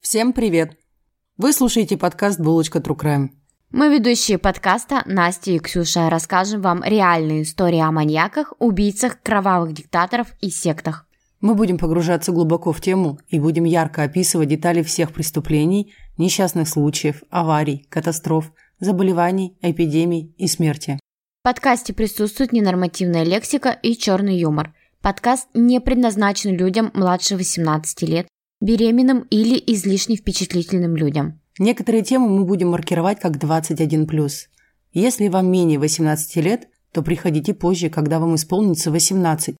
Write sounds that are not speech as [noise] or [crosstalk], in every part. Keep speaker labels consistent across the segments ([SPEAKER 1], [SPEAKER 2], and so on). [SPEAKER 1] Всем привет! Вы слушаете подкаст «Булочка True Crime».
[SPEAKER 2] Мы ведущие подкаста Настя и Ксюша расскажем вам реальные истории о маньяках, убийцах, кровавых диктаторов и сектах.
[SPEAKER 1] Мы будем погружаться глубоко в тему и будем ярко описывать детали всех преступлений, несчастных случаев, аварий, катастроф, заболеваний, эпидемий и смерти.
[SPEAKER 2] В подкасте присутствует ненормативная лексика и черный юмор. Подкаст не предназначен людям младше 18 лет, беременным или излишне впечатлительным людям.
[SPEAKER 1] Некоторые темы мы будем маркировать как 21+. Если вам менее 18 лет, то приходите позже, когда вам исполнится 18.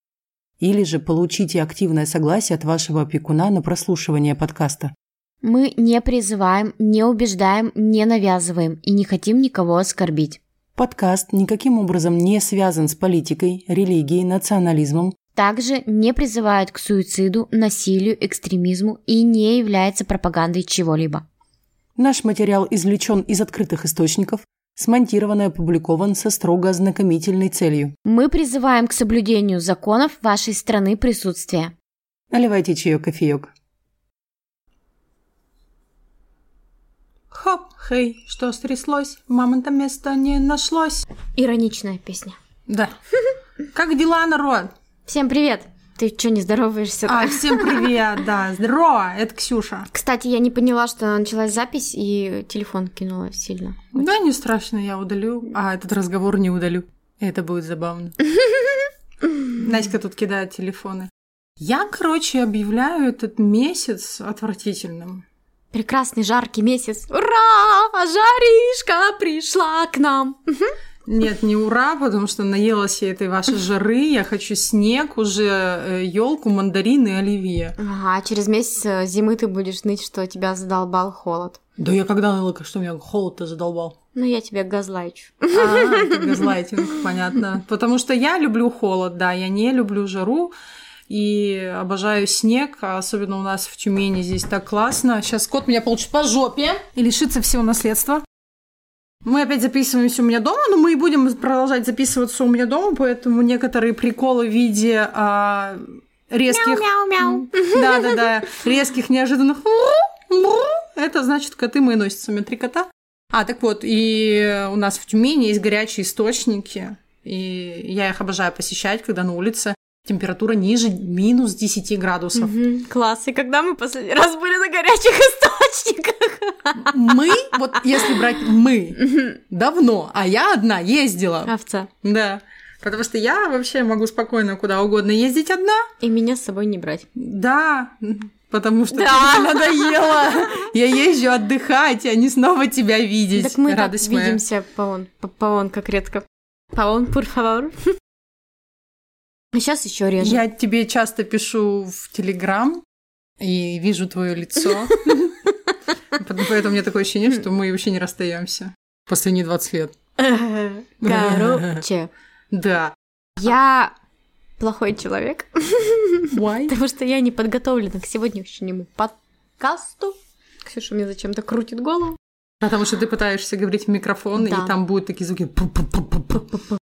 [SPEAKER 1] Или же получите активное согласие от вашего опекуна на прослушивание подкаста.
[SPEAKER 2] Мы не призываем, не убеждаем, не навязываем и не хотим никого оскорбить.
[SPEAKER 1] Подкаст никаким образом не связан с политикой, религией, национализмом,
[SPEAKER 2] Также не призывает к суициду, насилию, экстремизму и не является пропагандой чего-либо.
[SPEAKER 1] Наш материал извлечен из открытых источников, смонтирован и опубликован со строго ознакомительной целью.
[SPEAKER 2] Мы призываем к соблюдению законов вашей страны присутствия.
[SPEAKER 1] Наливайте чаек, кофеек.
[SPEAKER 3] Хоп, хей, что стряслось? Мамонта места не нашлось.
[SPEAKER 2] Ироничная песня.
[SPEAKER 3] Да. Как дела, народ?
[SPEAKER 2] Всем привет! Ты что, не здороваешься?
[SPEAKER 3] А, всем привет, да. Здорово, это Ксюша.
[SPEAKER 4] Кстати, я не поняла, что началась запись, и телефон кинула сильно.
[SPEAKER 3] Да не страшно, я удалю. А этот разговор не удалю. Это будет забавно. Настя тут кидает телефоны. Я, короче, объявляю этот месяц отвратительным.
[SPEAKER 4] Прекрасный жаркий месяц. Ура! Жаришка пришла к нам.
[SPEAKER 3] Нет, не ура, потому что наелась я этой вашей жары. Я хочу снег, уже э, елку, мандарины и оливье.
[SPEAKER 4] Ага, через месяц э, зимы ты будешь ныть, что тебя задолбал холод.
[SPEAKER 3] Да я когда налыка, что меня холод-то задолбал.
[SPEAKER 4] Ну, я тебя газлайчу.
[SPEAKER 3] А, это газлайтинг, понятно. Потому что я люблю холод, да, я не люблю жару и обожаю снег, а особенно у нас в Тюмени здесь так классно. Сейчас кот меня получит по жопе и лишится всего наследства. Мы опять записываемся у меня дома, но мы и будем продолжать записываться у меня дома, поэтому некоторые приколы в виде а, резких...
[SPEAKER 4] Мяу-мяу-мяу.
[SPEAKER 3] Да-да-да, резких, неожиданных... «мру», «мру». Это значит, коты мои носятся, у меня три кота. А, так вот, и у нас в Тюмени есть горячие источники, и я их обожаю посещать, когда на улице температура ниже минус 10 градусов.
[SPEAKER 4] Мгм, Класс. И когда мы последний раз были на горячих [laughs] источниках?
[SPEAKER 3] Мы, вот если брать мы, давно, а я одна ездила.
[SPEAKER 4] Овца.
[SPEAKER 3] Да, потому что я вообще могу спокойно куда угодно ездить одна,
[SPEAKER 4] И меня с собой не брать.
[SPEAKER 3] Да, потому что
[SPEAKER 4] Да.
[SPEAKER 3] ты мне надоела. Я езжу отдыхать, а не снова тебя видеть.
[SPEAKER 4] Так мы так
[SPEAKER 3] Радость моя.
[SPEAKER 4] видимся, Паон. П- Паон, как редко. Паон, пур фавор. А сейчас еще реже.
[SPEAKER 3] Я тебе часто пишу в Телеграм и вижу твое лицо. Потом- Поэтому у меня такое ощущение, что мы вообще не расстаемся. Последние 20 лет.
[SPEAKER 4] [laughs] Короче,
[SPEAKER 3] Да.
[SPEAKER 4] я плохой человек, [laughs]
[SPEAKER 3] Why?
[SPEAKER 4] потому что я не подготовлена к сегодняшнему подкасту. Ксюша мне зачем-то крутит голову.
[SPEAKER 3] Потому что ты пытаешься говорить в микрофон,
[SPEAKER 4] Да.
[SPEAKER 3] и там будут такие звуки. «пу-пу-пу-пу-пу».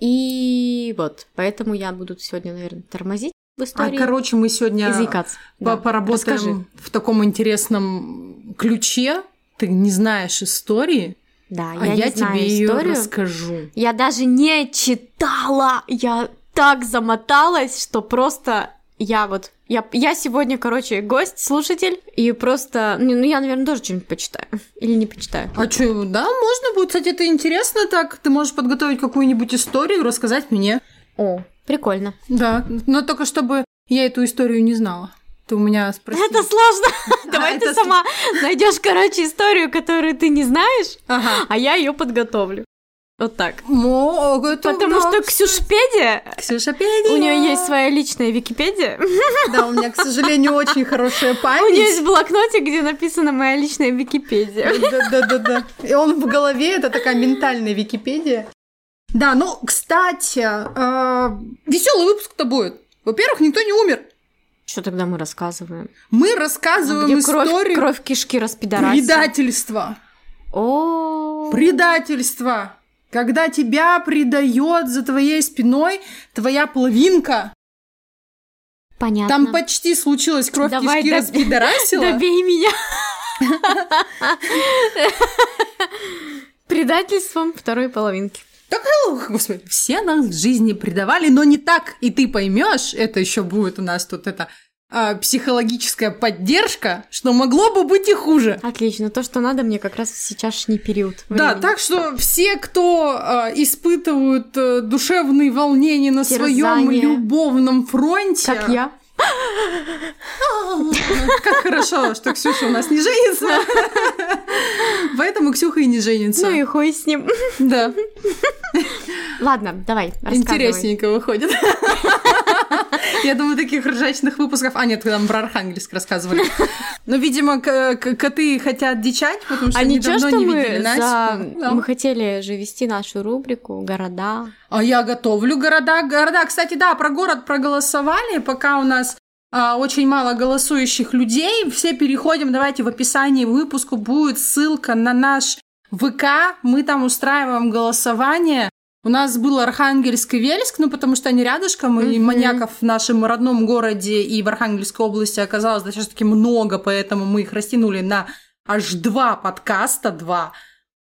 [SPEAKER 4] И вот, поэтому я буду сегодня, наверное, тормозить в
[SPEAKER 3] А,
[SPEAKER 4] истории.
[SPEAKER 3] короче, мы сегодня
[SPEAKER 4] Изъякаться.
[SPEAKER 3] По-
[SPEAKER 4] Да.
[SPEAKER 3] поработаем
[SPEAKER 4] Расскажи.
[SPEAKER 3] в таком интересном ключе. Ты не знаешь истории,
[SPEAKER 4] Да,
[SPEAKER 3] а я,
[SPEAKER 4] я, не
[SPEAKER 3] тебе
[SPEAKER 4] знаю
[SPEAKER 3] ее
[SPEAKER 4] историю.
[SPEAKER 3] расскажу.
[SPEAKER 4] Я даже не читала, я так замоталась, что просто я вот... Я, я сегодня, короче, гость, слушатель, и просто... Ну, ну, я, наверное, тоже что-нибудь почитаю. [laughs] Или не почитаю.
[SPEAKER 3] А что, да, можно будет, кстати, это интересно так. Ты можешь подготовить какую-нибудь историю, рассказать мне.
[SPEAKER 4] О, прикольно. [laughs]
[SPEAKER 3] Да, но только чтобы я эту историю не знала. Ты у меня спросила.
[SPEAKER 4] Это [laughs] сложно. Давай
[SPEAKER 3] это
[SPEAKER 4] ты сама [laughs] найдешь, короче, историю, которую ты не знаешь,
[SPEAKER 3] Ага.
[SPEAKER 4] а я ее подготовлю. Вот так.
[SPEAKER 3] Мо- это
[SPEAKER 4] Потому
[SPEAKER 3] да.
[SPEAKER 4] что Ксюшпедия,
[SPEAKER 3] Ксюша
[SPEAKER 4] у нее
[SPEAKER 3] Педина.
[SPEAKER 4] есть своя личная Википедия. [laughs]
[SPEAKER 3] Да, у меня, к сожалению, очень хорошая
[SPEAKER 4] У нее
[SPEAKER 3] память.
[SPEAKER 4] есть блокнотик, где написана моя личная Википедия.
[SPEAKER 3] Да-да-да. И он в голове, это такая ментальная Википедия. Да, ну, кстати, э, веселый выпуск-то будет. Во-первых, никто не умер.
[SPEAKER 4] Что тогда мы рассказываем?
[SPEAKER 3] Мы рассказываем
[SPEAKER 4] Где кровь,
[SPEAKER 3] историю
[SPEAKER 4] кровь кишки распидорасил.
[SPEAKER 3] предательства.
[SPEAKER 4] О,
[SPEAKER 3] Предательства. Когда тебя предает за твоей спиной твоя половинка.
[SPEAKER 4] понятно.
[SPEAKER 3] Там почти случилась кровь
[SPEAKER 4] Давай
[SPEAKER 3] кишки
[SPEAKER 4] доб-
[SPEAKER 3] распидорасила.
[SPEAKER 4] Добей меня. Предательством второй половинки.
[SPEAKER 3] Ох, ну, Господи, все нас в жизни предавали, но не так. И ты поймешь, это еще будет у нас тут это а, психологическая поддержка, что могло бы быть и хуже.
[SPEAKER 4] Отлично, то, что надо мне как раз в сейчасшний период.
[SPEAKER 3] Да,
[SPEAKER 4] времени.
[SPEAKER 3] так что все, кто а, испытывают э, душевные волнения на своем
[SPEAKER 4] Терзание.
[SPEAKER 3] любовном фронте,
[SPEAKER 4] Как я.
[SPEAKER 3] [laughs] как хорошо, что Ксюша у нас не женится, [laughs] поэтому Ксюха и не женится.
[SPEAKER 4] Ну и хуй с ним.
[SPEAKER 3] Да,
[SPEAKER 4] Ладно, давай, рассказывай.
[SPEAKER 3] интересненько выходит. [laughs] Я думаю, таких ржачных выпусков... А, нет, когда мы про Архангельск рассказывали. Ну, видимо, к- к- коты хотят дичать, потому что
[SPEAKER 4] А
[SPEAKER 3] они
[SPEAKER 4] ничего,
[SPEAKER 3] давно
[SPEAKER 4] что
[SPEAKER 3] не
[SPEAKER 4] мы,
[SPEAKER 3] видели Настю.
[SPEAKER 4] за-
[SPEAKER 3] Да.
[SPEAKER 4] мы хотели же вести нашу рубрику «Города».
[SPEAKER 3] А я готовлю города, города. Кстати, да, про город проголосовали, пока у нас а, очень мало голосующих людей. Все переходим, давайте в описании выпуску будет ссылка на наш ВК. Мы там устраиваем голосование. У нас был Архангельск и Вельск, ну, потому что они рядышком, и
[SPEAKER 4] Мгм.
[SPEAKER 3] маньяков в нашем родном городе и в Архангельской области оказалось достаточно-таки много, поэтому мы их растянули на аж два подкаста, два.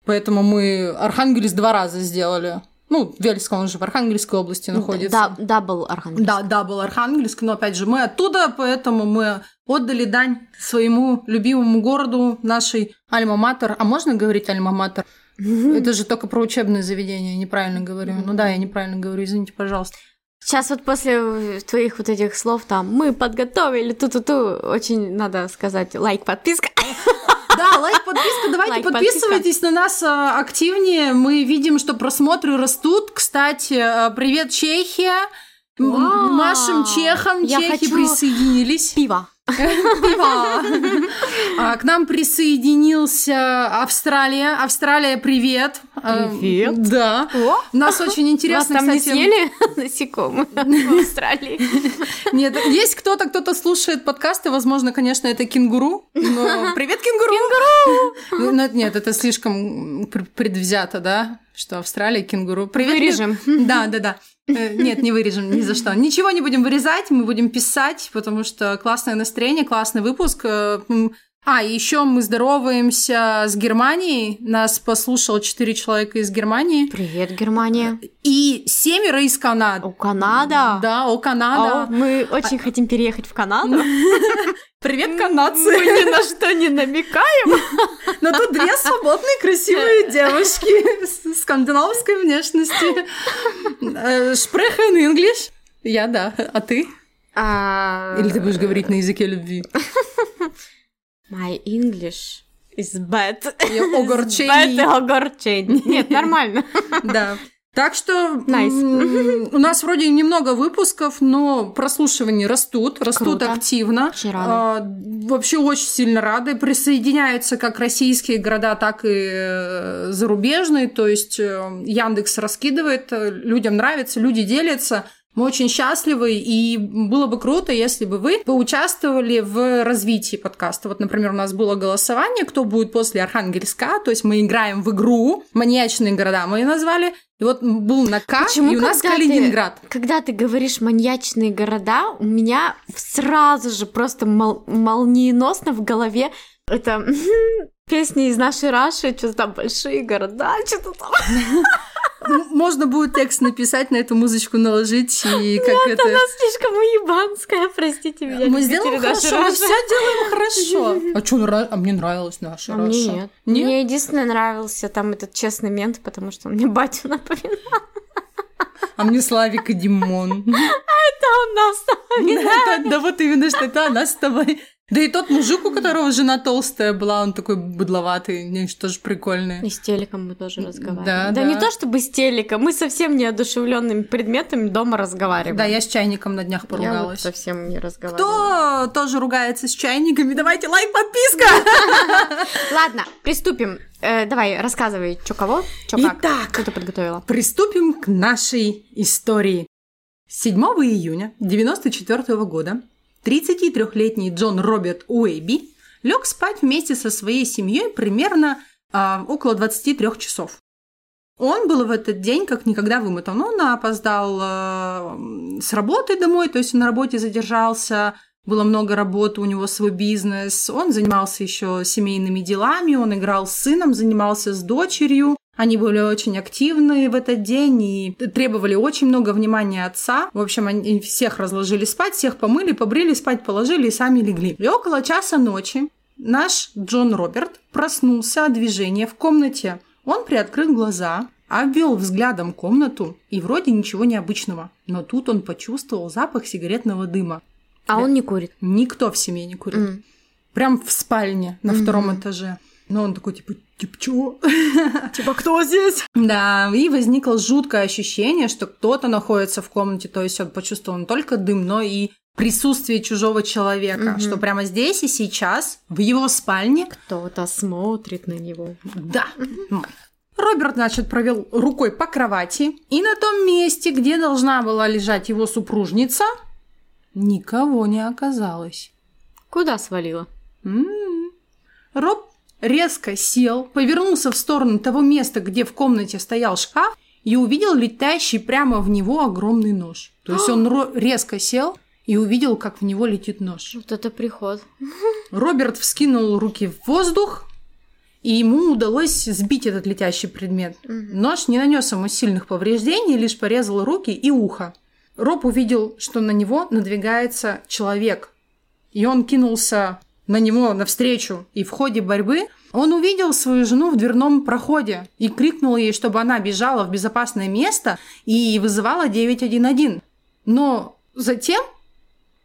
[SPEAKER 3] Поэтому мы Архангельск два раза сделали. Ну, Вельск, он же в Архангельской области находится.
[SPEAKER 4] Да, дабл Архангельск.
[SPEAKER 3] Да, да, был Архангельск, но опять же мы оттуда, поэтому мы отдали дань своему любимому городу, нашей Альма-Матер. А можно говорить [laughs] Альма-Матер? Это же только про учебные заведения, я неправильно говорю. Ну да, я неправильно говорю, извините, пожалуйста.
[SPEAKER 4] Сейчас вот после э, твоих вот этих слов там «мы подготовили ту-ту-ту» очень надо сказать лайк, подписка.
[SPEAKER 3] А, Да, лайк, подписка, давайте
[SPEAKER 4] Лайк,
[SPEAKER 3] подписывайтесь на нас э, активнее. Мы видим, что просмотры растут. Кстати, э, привет, Чехия! М-
[SPEAKER 4] Вау!
[SPEAKER 3] Нашим чехам
[SPEAKER 4] Я
[SPEAKER 3] чехи
[SPEAKER 4] хочу- [laughs]
[SPEAKER 3] присоединились.
[SPEAKER 4] Пиво.
[SPEAKER 3] А, К нам присоединился Австралия. Австралия, привет. Э,
[SPEAKER 4] Привет.
[SPEAKER 3] Да.
[SPEAKER 4] О,
[SPEAKER 3] Нас очень
[SPEAKER 4] вас
[SPEAKER 3] интересно,
[SPEAKER 4] там не
[SPEAKER 3] кстати,
[SPEAKER 4] съели [laughs] насекомые
[SPEAKER 3] [laughs]
[SPEAKER 4] в Австралии?
[SPEAKER 3] Нет, есть кто-то, кто-то слушает подкасты, возможно, конечно, это кенгуру. Но... [laughs] Привет, кенгуру! Кенгуру! Ну, нет, это слишком м, пр- предвзято, да? Что Австралия, кенгуру. Привет,
[SPEAKER 4] Вырежем.
[SPEAKER 3] Мир- Да, да, да. Э, Нет, не вырежем ни за что. Ничего не будем вырезать, мы будем писать, потому что классное настроение, классный выпуск. Э, м, А, еще мы здороваемся с Германией. Нас послушало 4 человека из Германии.
[SPEAKER 4] Привет, Германия.
[SPEAKER 3] И семеро из
[SPEAKER 4] О,
[SPEAKER 3] Канады.
[SPEAKER 4] Канада.
[SPEAKER 3] Да, о,
[SPEAKER 4] А,
[SPEAKER 3] Канада.
[SPEAKER 4] мы очень хотим переехать в Канаду.
[SPEAKER 3] Привет, [laughs] канадцы!
[SPEAKER 4] Мы ни на что не намекаем.
[SPEAKER 3] Но тут две свободные, красивые девушки с скандинавской внешности. Шпрехен English. Я да, а ты?
[SPEAKER 4] А,
[SPEAKER 3] Или ты будешь говорить на языке любви?
[SPEAKER 4] My English is bad.
[SPEAKER 3] И огорчений.
[SPEAKER 4] Bad огорчений. Нет, нормально.
[SPEAKER 3] Да. Так что
[SPEAKER 4] Найс.
[SPEAKER 3] м, у нас вроде немного выпусков, но прослушивания растут, растут
[SPEAKER 4] Круто.
[SPEAKER 3] активно.
[SPEAKER 4] Очень
[SPEAKER 3] А, вообще очень сильно рады. Присоединяются как российские города, так и э, зарубежные. То есть э, Яндекс раскидывает, э, людям нравится, люди делятся. Мы очень счастливы, и было бы круто, если бы вы поучаствовали в развитии подкаста. Вот, например, у нас было голосование, кто будет после Архангельска, то есть мы играем в игру «Маньячные города» мы ее назвали, и вот был на К,
[SPEAKER 4] Почему,
[SPEAKER 3] и у нас
[SPEAKER 4] когда ты-
[SPEAKER 3] Калининград.
[SPEAKER 4] Когда ты говоришь маньячные города, у меня сразу же просто мол- молниеносно в голове это [laughs] песни из нашей Раши, что-то там большие города, что-то там.
[SPEAKER 3] М- Можно будет текст написать, на эту музычку наложить, [laughs] и как это...
[SPEAKER 4] Она слишком уебанская, простите меня.
[SPEAKER 3] Мы сделаем
[SPEAKER 4] любители нашей
[SPEAKER 3] хорошо, мы
[SPEAKER 4] Раши.
[SPEAKER 3] все делаем хорошо. А что, а мне нравилось наша
[SPEAKER 4] А мне нет.
[SPEAKER 3] Нет?
[SPEAKER 4] Мне единственное нравился там этот честный мент, потому что он мне батю [laughs] напоминал.
[SPEAKER 3] А мне Славик и Димон.
[SPEAKER 4] Он нас
[SPEAKER 3] Да да вот именно что это она с тобой. Да и тот мужик, у которого жена толстая была, он такой быдловатый, не, что же прикольное.
[SPEAKER 4] И с телеком мы тоже разговариваем.
[SPEAKER 3] Да,
[SPEAKER 4] Да,
[SPEAKER 3] да.
[SPEAKER 4] не то чтобы с телеком, мы совсем неодушевленными предметами дома разговариваем.
[SPEAKER 3] Да, я с чайником на днях
[SPEAKER 4] Я вот
[SPEAKER 3] поругалась.
[SPEAKER 4] совсем не разговаривала.
[SPEAKER 3] Кто тоже ругается с чайниками? Давайте лайк, подписка!
[SPEAKER 4] Ладно, приступим. Э, давай, рассказывай, чё кого, Ну, чё как.
[SPEAKER 3] Итак.
[SPEAKER 4] Что ты подготовила?
[SPEAKER 3] Приступим к нашей истории. 7 июня 1994 года 33-летний Джон Роберт Уэйби лег спать вместе со своей семьей примерно а, около 23 часов. Он был в этот день как никогда а, вымотан. Он опоздал э, м, с работы домой, то есть на работе задержался. было много работы, у него свой бизнес. Он занимался еще семейными делами, он играл с сыном, занимался с дочерью. Они были очень активны в этот день и требовали очень много внимания отца. В общем, они всех разложили спать, всех помыли, побрили, спать положили и сами легли. И около часа ночи наш Джон Роберт проснулся от движения в комнате. Он приоткрыл глаза, обвел взглядом комнату, и вроде ничего необычного. Но тут он почувствовал запах сигаретного дыма.
[SPEAKER 4] А он не курит.
[SPEAKER 3] Никто в семье не курит.
[SPEAKER 4] М.
[SPEAKER 3] Прям в спальне на
[SPEAKER 2] Мгм.
[SPEAKER 3] втором этаже. Но он такой, типа, типа, чего?
[SPEAKER 4] Типа, кто здесь?
[SPEAKER 3] [laughs] Да, и возникло жуткое ощущение, что кто-то находится в комнате, то есть он почувствовал не только дым, но и присутствие чужого человека,
[SPEAKER 2] Мгм.
[SPEAKER 3] что прямо здесь и сейчас, в его спальне,
[SPEAKER 4] Кто-то смотрит на него.
[SPEAKER 3] да. Роберт, значит, провел рукой по кровати, и на том месте, где должна была лежать его супружница, никого не оказалось.
[SPEAKER 4] Куда свалила?
[SPEAKER 3] М. М-м. Роб резко сел, повернулся в сторону того места, где в комнате стоял шкаф, и увидел летящий прямо в него огромный нож. То есть он ро- резко сел и увидел, как в него летит нож.
[SPEAKER 4] Вот это приход.
[SPEAKER 3] Роберт вскинул руки в воздух, и ему удалось сбить этот летящий предмет. Нож не нанес ему сильных повреждений, лишь порезал руки и ухо. Роб увидел, что на него надвигается человек, и он кинулся на него навстречу. И в ходе борьбы он увидел свою жену в дверном проходе и крикнул ей, чтобы она бежала в безопасное место и вызывала 911. Но затем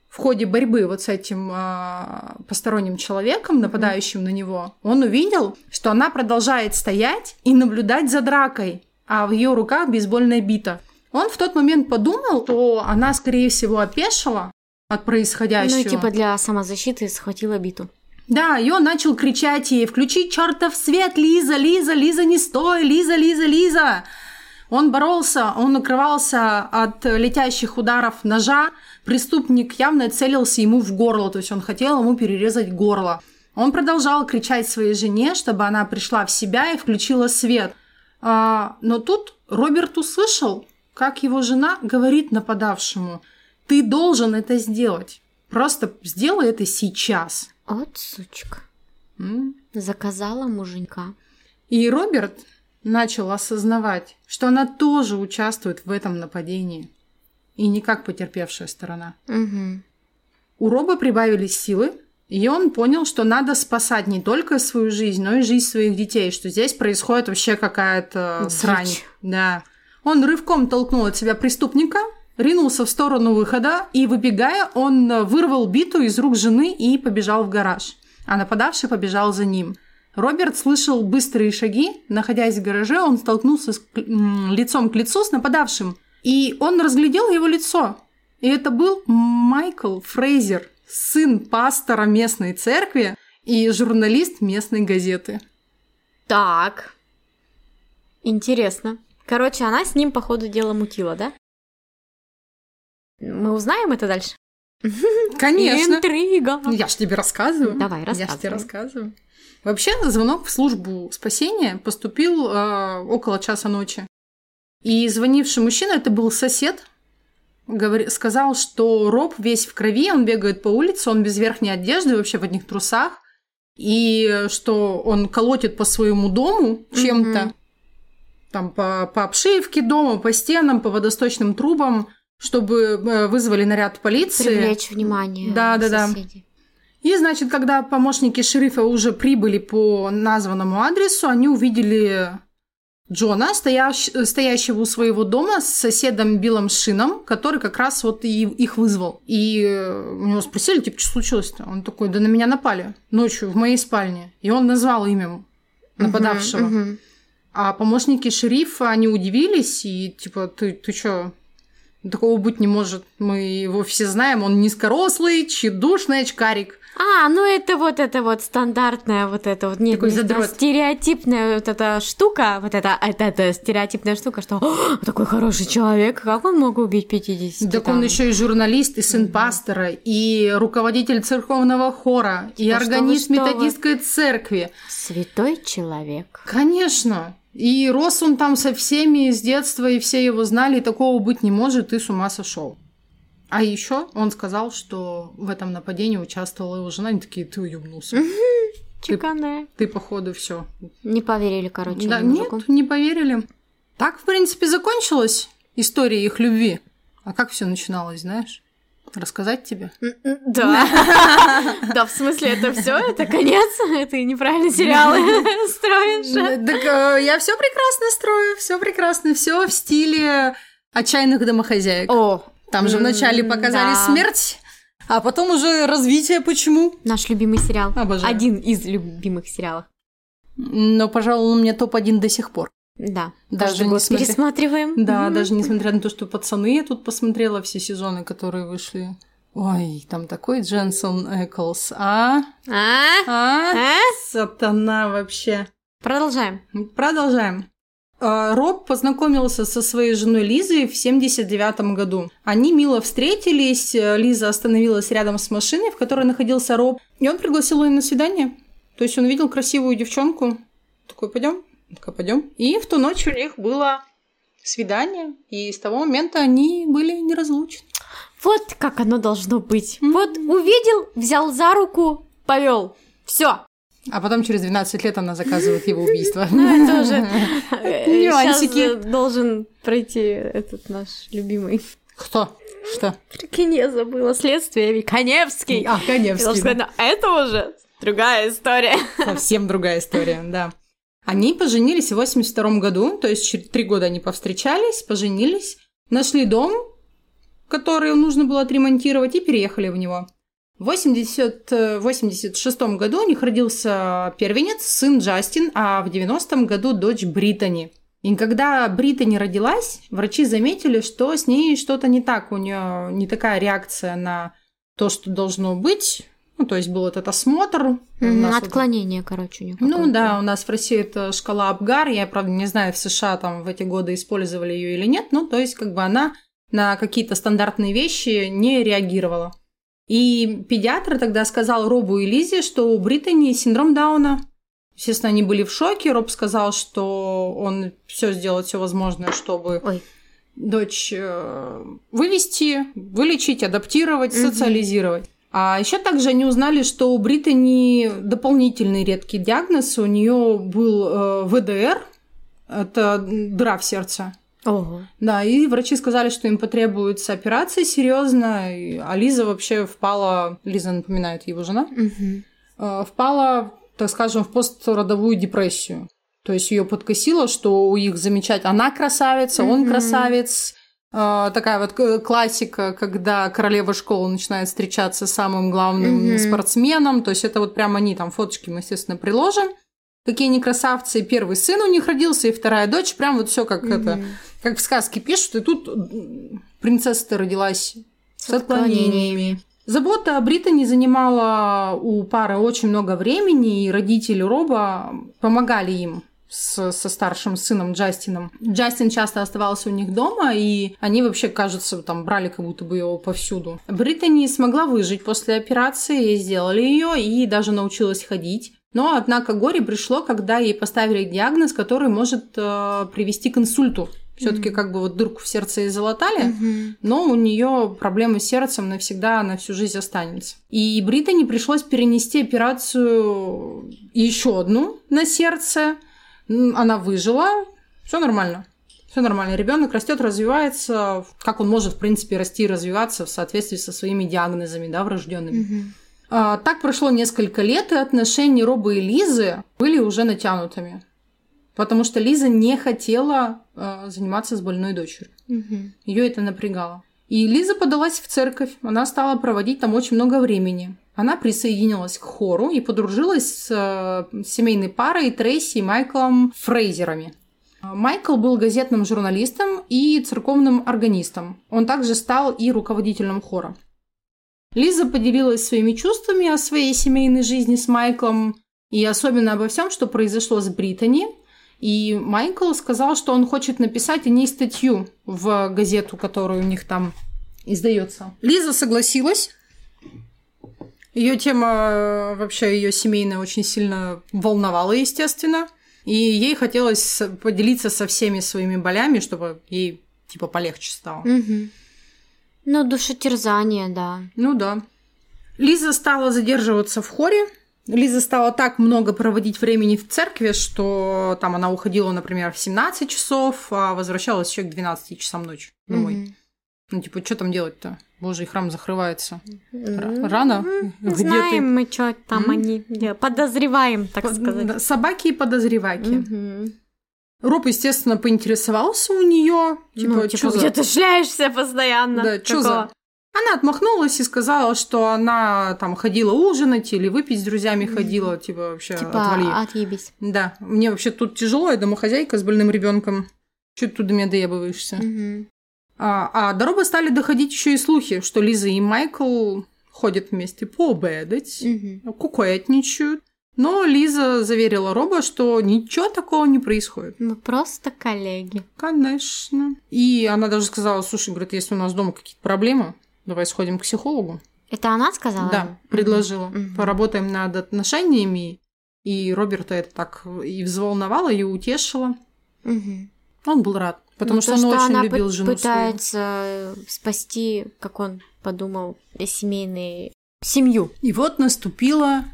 [SPEAKER 3] в ходе борьбы вот с этим а, посторонним человеком, нападающим на него, он увидел, что она продолжает стоять и наблюдать за дракой, а в ее руках бейсбольная бита. Он в тот момент подумал, что она, скорее всего, опешила от происходящего.
[SPEAKER 4] Ну, типа, для самозащиты схватила биту.
[SPEAKER 3] Да, и он начал кричать ей «Включи чертов свет, Лиза, Лиза, Лиза, не стой, Лиза, Лиза, Лиза!» Он боролся, он укрывался от э, летящих ударов ножа. Преступник явно целился ему в горло, то есть он хотел ему перерезать горло. Он продолжал кричать своей жене, чтобы она пришла в себя и включила свет. А, но тут Роберт услышал, как его жена говорит нападавшему «Ты должен это сделать. Просто сделай это сейчас».
[SPEAKER 4] От сучка.
[SPEAKER 3] М.
[SPEAKER 4] Заказала муженька.
[SPEAKER 3] И Роберт начал осознавать, что она тоже участвует в этом нападении. И не как потерпевшая сторона.
[SPEAKER 4] Угу.
[SPEAKER 3] У Роба прибавились силы, и он понял, что надо спасать не только свою жизнь, но и жизнь своих детей, что здесь происходит вообще какая-то
[SPEAKER 4] Дичь.
[SPEAKER 3] срань. Да. Он рывком толкнул от себя преступника, ринулся в сторону выхода, и, выбегая, он э, вырвал биту из рук жены и побежал в гараж. А нападавший побежал за ним. Роберт слышал быстрые шаги. Находясь в гараже, он столкнулся с, к- м, лицом к лицу с нападавшим. И он разглядел его лицо. И это был Майкл Фрейзер, сын пастора местной церкви и журналист местной газеты.
[SPEAKER 4] Так. Интересно. Короче, она с ним, по ходу дела, мутила, да? Мы узнаем это дальше?
[SPEAKER 3] Конечно.
[SPEAKER 4] Интрига.
[SPEAKER 3] Ну, Я ж тебе рассказываю.
[SPEAKER 4] Давай,
[SPEAKER 3] Я ж
[SPEAKER 4] рассказывай.
[SPEAKER 3] тебе рассказываю. Вообще, звонок в службу спасения поступил э, около часа ночи. И звонивший мужчина, это был сосед, говори- сказал, что Роб весь в крови, он бегает по улице, он без верхней одежды, вообще в одних трусах. И что он колотит по своему дому чем-то.
[SPEAKER 4] Мгм.
[SPEAKER 3] Там по, по обшивке дома, по стенам, по водосточным трубам, чтобы э, вызвали наряд полиции.
[SPEAKER 4] Привлечь внимание
[SPEAKER 3] Да, да, да.
[SPEAKER 4] соседей.
[SPEAKER 3] И, значит, когда помощники шерифа уже прибыли по названному адресу, они увидели Джона, стоящ- стоящего у своего дома с соседом Биллом Шином, который как раз вот и их вызвал. И э, у него спросили, типа, что случилось-то? Он такой, да на меня напали ночью в моей спальне. И он назвал имя нападавшего.
[SPEAKER 4] Мгм, мгм.
[SPEAKER 3] А помощники шерифа, они удивились и типа, ты, ты чё, такого быть не может, мы его все знаем, он низкорослый, тщедушный очкарик.
[SPEAKER 4] А, ну это вот это вот стандартная вот это вот нет,
[SPEAKER 3] Такой
[SPEAKER 4] не
[SPEAKER 3] задрот.
[SPEAKER 4] ста- стереотипная вот эта штука, вот это это, это стереотипная штука, что «О, такой хороший человек, как он мог убить 50
[SPEAKER 3] Так он
[SPEAKER 4] там?»
[SPEAKER 3] еще и журналист, и сын пастора, и руководитель церковного хора, и
[SPEAKER 4] Да что вы,
[SPEAKER 3] органист
[SPEAKER 4] что вы.
[SPEAKER 3] методистской церкви.
[SPEAKER 4] святой человек.
[SPEAKER 3] Конечно. И рос он там со всеми с детства, и все его знали, и такого быть не может, и с ума сошел. А еще он сказал, что в этом нападении участвовала его жена. Они такие, ты уебнулся.
[SPEAKER 4] Чеканная.
[SPEAKER 3] Ты, походу, все.
[SPEAKER 2] Не поверили,
[SPEAKER 4] А
[SPEAKER 2] короче,
[SPEAKER 3] Да,
[SPEAKER 2] этому
[SPEAKER 3] нет,
[SPEAKER 2] мужику.
[SPEAKER 3] не поверили. Так, в принципе, закончилась история их любви. А как все начиналось, знаешь? Рассказать тебе?
[SPEAKER 4] Да. Да, [laughs] в смысле, это все, это конец, ты неправильно сериалы [laughs] строишь.
[SPEAKER 3] Так э, я все прекрасно строю, все прекрасно, все в стиле отчаянных домохозяек.
[SPEAKER 4] О,
[SPEAKER 3] Там же вначале
[SPEAKER 4] м,
[SPEAKER 3] показали
[SPEAKER 4] да.
[SPEAKER 3] смерть, а потом уже развитие почему.
[SPEAKER 4] наш любимый сериал.
[SPEAKER 3] Обожаю.
[SPEAKER 4] Один из любимых сериалов.
[SPEAKER 3] Но, пожалуй, он у меня топ-1 до сих пор.
[SPEAKER 4] Да.
[SPEAKER 3] Даже
[SPEAKER 4] Каждый
[SPEAKER 3] не
[SPEAKER 4] год
[SPEAKER 3] смотря-
[SPEAKER 4] пересматриваем.
[SPEAKER 3] Да,
[SPEAKER 4] Мгм.
[SPEAKER 3] даже несмотря на то, что пацаны, я тут посмотрела все сезоны, которые вышли. Ой, там такой Дженсон Эклс, а?
[SPEAKER 4] А?
[SPEAKER 3] А?
[SPEAKER 4] А?
[SPEAKER 3] Сатана вообще.
[SPEAKER 4] Продолжаем.
[SPEAKER 3] Продолжаем. А, Роб познакомился со своей женой Лизой в 79 году. Они мило встретились, э, Лиза остановилась рядом с машиной, в которой находился Роб, и он пригласил ее на свидание. То есть он видел красивую девчонку, такой, пойдем, такой, пойдем. И в ту ночь у них было свидание, и с того момента они были неразлучны.
[SPEAKER 4] Вот как оно должно быть.
[SPEAKER 3] Мгм.
[SPEAKER 4] Вот увидел, взял за руку, повел. [laughs] Все.
[SPEAKER 3] А потом через 12 лет она заказывает его убийство.
[SPEAKER 4] [laughs] Ну, это уже
[SPEAKER 3] Нюансики.
[SPEAKER 4] Сейчас должен пройти этот наш любимый.
[SPEAKER 3] Кто? Что?
[SPEAKER 4] Прикинь, я забыла. Следствие Коневский.
[SPEAKER 3] А,
[SPEAKER 4] Я
[SPEAKER 3] конечно.
[SPEAKER 4] должна сказать, «Ну, это уже другая история.
[SPEAKER 3] Совсем другая история, да. Они поженились в 82 году, то есть через три года они повстречались, поженились, нашли дом, который нужно было отремонтировать, и переехали в него. В 80, э, 86 году у них родился первенец, сын Джастин, а в 90 году дочь Британи. И когда Британи родилась, врачи заметили, что с ней что-то не так, у нее не такая реакция на то, что должно быть. Ну, то есть был этот осмотр. У
[SPEAKER 2] Мгм,
[SPEAKER 3] нас вот-
[SPEAKER 2] Отклонение, короче, у них
[SPEAKER 3] ну
[SPEAKER 2] какое-то.
[SPEAKER 3] да, у нас в России это шкала Абгар. Я, правда, не знаю, в США там в эти годы использовали ее или нет. Ну, то есть, как бы она на какие-то стандартные вещи не реагировала. И педиатр тогда сказал Робу и Лизе, что у Британии синдром Дауна. Естественно, они были в шоке. Роб сказал, что он все сделает, все возможное, чтобы
[SPEAKER 2] Ой.
[SPEAKER 3] дочь э, вывести, вылечить, адаптировать,
[SPEAKER 4] Мгм.
[SPEAKER 3] социализировать. А еще также они узнали, что у Британии дополнительный редкий диагноз. У нее был э, ВДР, это дыра в сердце.
[SPEAKER 4] Ого.
[SPEAKER 3] Да, и врачи сказали, что им потребуется операция серьезно. и- А Лиза вообще впала, Лиза напоминает его жена,
[SPEAKER 2] Мгм.
[SPEAKER 3] э, впала, так скажем, в постродовую депрессию. То есть ее подкосило, что у их замечать она красавица, он
[SPEAKER 4] Мгм.
[SPEAKER 3] красавец. Э, Такая вот к- классика, когда королева школы начинает встречаться с самым главным
[SPEAKER 2] Мгм.
[SPEAKER 3] спортсменом. То есть это вот прям они там фоточки мы, естественно, приложим. Какие они красавцы. И Первый сын у них родился, и вторая дочь. Прям вот все как это,
[SPEAKER 2] Мгм.
[SPEAKER 3] как в сказке пишут. И тут м, принцесса-то родилась с отклонениями. Забота о Британи занимала у пары очень много времени, и родители Роба помогали им с- со старшим сыном Джастином. Джастин часто оставался у них дома, и они вообще, кажется, там брали как будто бы его повсюду. Британи смогла выжить после операции, и сделали ее, и даже научилась ходить. Но, однако, горе пришло, когда ей поставили диагноз, который может э, привести к инсульту. Все-таки
[SPEAKER 2] Мгм.
[SPEAKER 3] как бы вот дырку в сердце и залатали,
[SPEAKER 2] Мгм.
[SPEAKER 3] но у нее проблемы с сердцем навсегда, на всю жизнь останется. И Британи пришлось перенести операцию еще одну на сердце. М, Она выжила, все нормально. Все нормально. Ребенок растет, развивается, как он может, в принципе, расти и развиваться в соответствии со своими диагнозами, да, врожденными.
[SPEAKER 2] Мгм.
[SPEAKER 3] А, так прошло несколько лет, и отношения Роба и Лизы были уже натянутыми. Потому что Лиза не хотела э, заниматься с больной дочерью.
[SPEAKER 2] Мгм.
[SPEAKER 3] Ее это напрягало. И Лиза подалась в церковь. Она стала проводить там очень много времени. Она присоединилась к хору и подружилась с э, семейной парой Трейси и Майклом Фрейзерами. А Майкл был газетным журналистом и церковным органистом. Он также стал и руководителем хора. Лиза поделилась своими чувствами о своей семейной жизни с Майклом и особенно обо всем, что произошло с Британи. И Майкл сказал, что он хочет написать о ней статью в газету, которую у них там издается. Лиза согласилась. Ее тема, э, вообще ее семейная, очень сильно волновала, естественно. И ей хотелось с- поделиться со всеми своими болями, чтобы ей типа полегче стало.
[SPEAKER 2] Мгм.
[SPEAKER 4] Ну, душетерзание, да.
[SPEAKER 3] Ну да. Лиза стала задерживаться в хоре. Лиза стала так много проводить времени в церкви, что там она уходила, например, в 17 часов, а возвращалась еще к 12 часам ночи домой.
[SPEAKER 4] Мгм.
[SPEAKER 3] Ну, типа, что там делать-то? Боже, и храм закрывается.
[SPEAKER 4] М,
[SPEAKER 3] рано?
[SPEAKER 4] м,
[SPEAKER 3] Где ты?
[SPEAKER 4] Ну, Знаем мы, что там
[SPEAKER 3] М?
[SPEAKER 4] они. да, Подозреваем, так
[SPEAKER 3] Под-
[SPEAKER 4] сказать.
[SPEAKER 3] Собаки и подозреваки.
[SPEAKER 4] Мгм.
[SPEAKER 3] Роб, естественно, поинтересовался у нее. Типа,
[SPEAKER 4] Ну,
[SPEAKER 3] «Чё
[SPEAKER 4] типа,
[SPEAKER 3] за-
[SPEAKER 4] где ты шляешься постоянно?
[SPEAKER 3] Да, чё
[SPEAKER 4] Какого?
[SPEAKER 3] за... Она отмахнулась и сказала, что она там ходила ужинать или выпить с друзьями ходила, типа вообще отвали.
[SPEAKER 4] Типа, отъебись.
[SPEAKER 3] Да, мне вообще тут тяжело, я домохозяйка с больным ребенком. Чё ты тут до меня доебываешься?
[SPEAKER 4] Мгм.
[SPEAKER 3] А, а до Роба стали доходить еще и слухи, что Лиза и Майкл ходят вместе пообедать,
[SPEAKER 4] Мгм.
[SPEAKER 3] кукуетничают. Но Лиза заверила Роба, что ничего такого не происходит.
[SPEAKER 4] Мы просто коллеги.
[SPEAKER 3] Конечно. И она даже сказала, слушай, говорит, если у нас дома какие-то проблемы, давай сходим к психологу.
[SPEAKER 4] Это она сказала?
[SPEAKER 3] Да,
[SPEAKER 4] им?
[SPEAKER 3] предложила.
[SPEAKER 4] Мгм.
[SPEAKER 3] Поработаем над отношениями. И Роберта это так и взволновало, и утешило.
[SPEAKER 4] Мгм.
[SPEAKER 3] Он был рад, потому
[SPEAKER 4] Ну,
[SPEAKER 3] что,
[SPEAKER 4] то,
[SPEAKER 3] он очень
[SPEAKER 4] она
[SPEAKER 3] любил
[SPEAKER 4] пы-
[SPEAKER 3] жену
[SPEAKER 4] пытается спасти, как он подумал, семейные...
[SPEAKER 3] свою.
[SPEAKER 4] Семью.
[SPEAKER 3] И вот наступило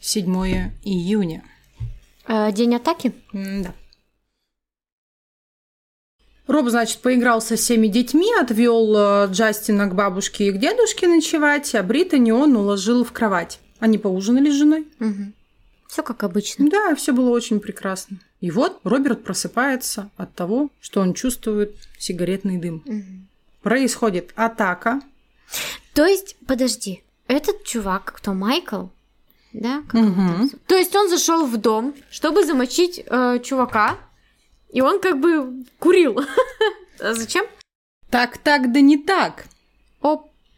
[SPEAKER 3] 7 июня.
[SPEAKER 4] Э, День атаки?
[SPEAKER 3] Да. Роб, значит, поиграл со всеми детьми, отвел Джастина к бабушке и к дедушке ночевать, а Британи он уложил в кровать. Они поужинали с женой.
[SPEAKER 4] Все как обычно.
[SPEAKER 3] Да, все было очень прекрасно. И вот Роберт просыпается от того, что он чувствует сигаретный дым.
[SPEAKER 4] Мгм.
[SPEAKER 3] Происходит атака.
[SPEAKER 4] То есть, подожди, этот чувак, кто Майкл, да? как его
[SPEAKER 3] Мгм.
[SPEAKER 4] там зовут? То есть он зашел в дом, чтобы замочить э, чувака, и он как бы курил. [laughs] А Зачем?
[SPEAKER 3] Так, так, да не так.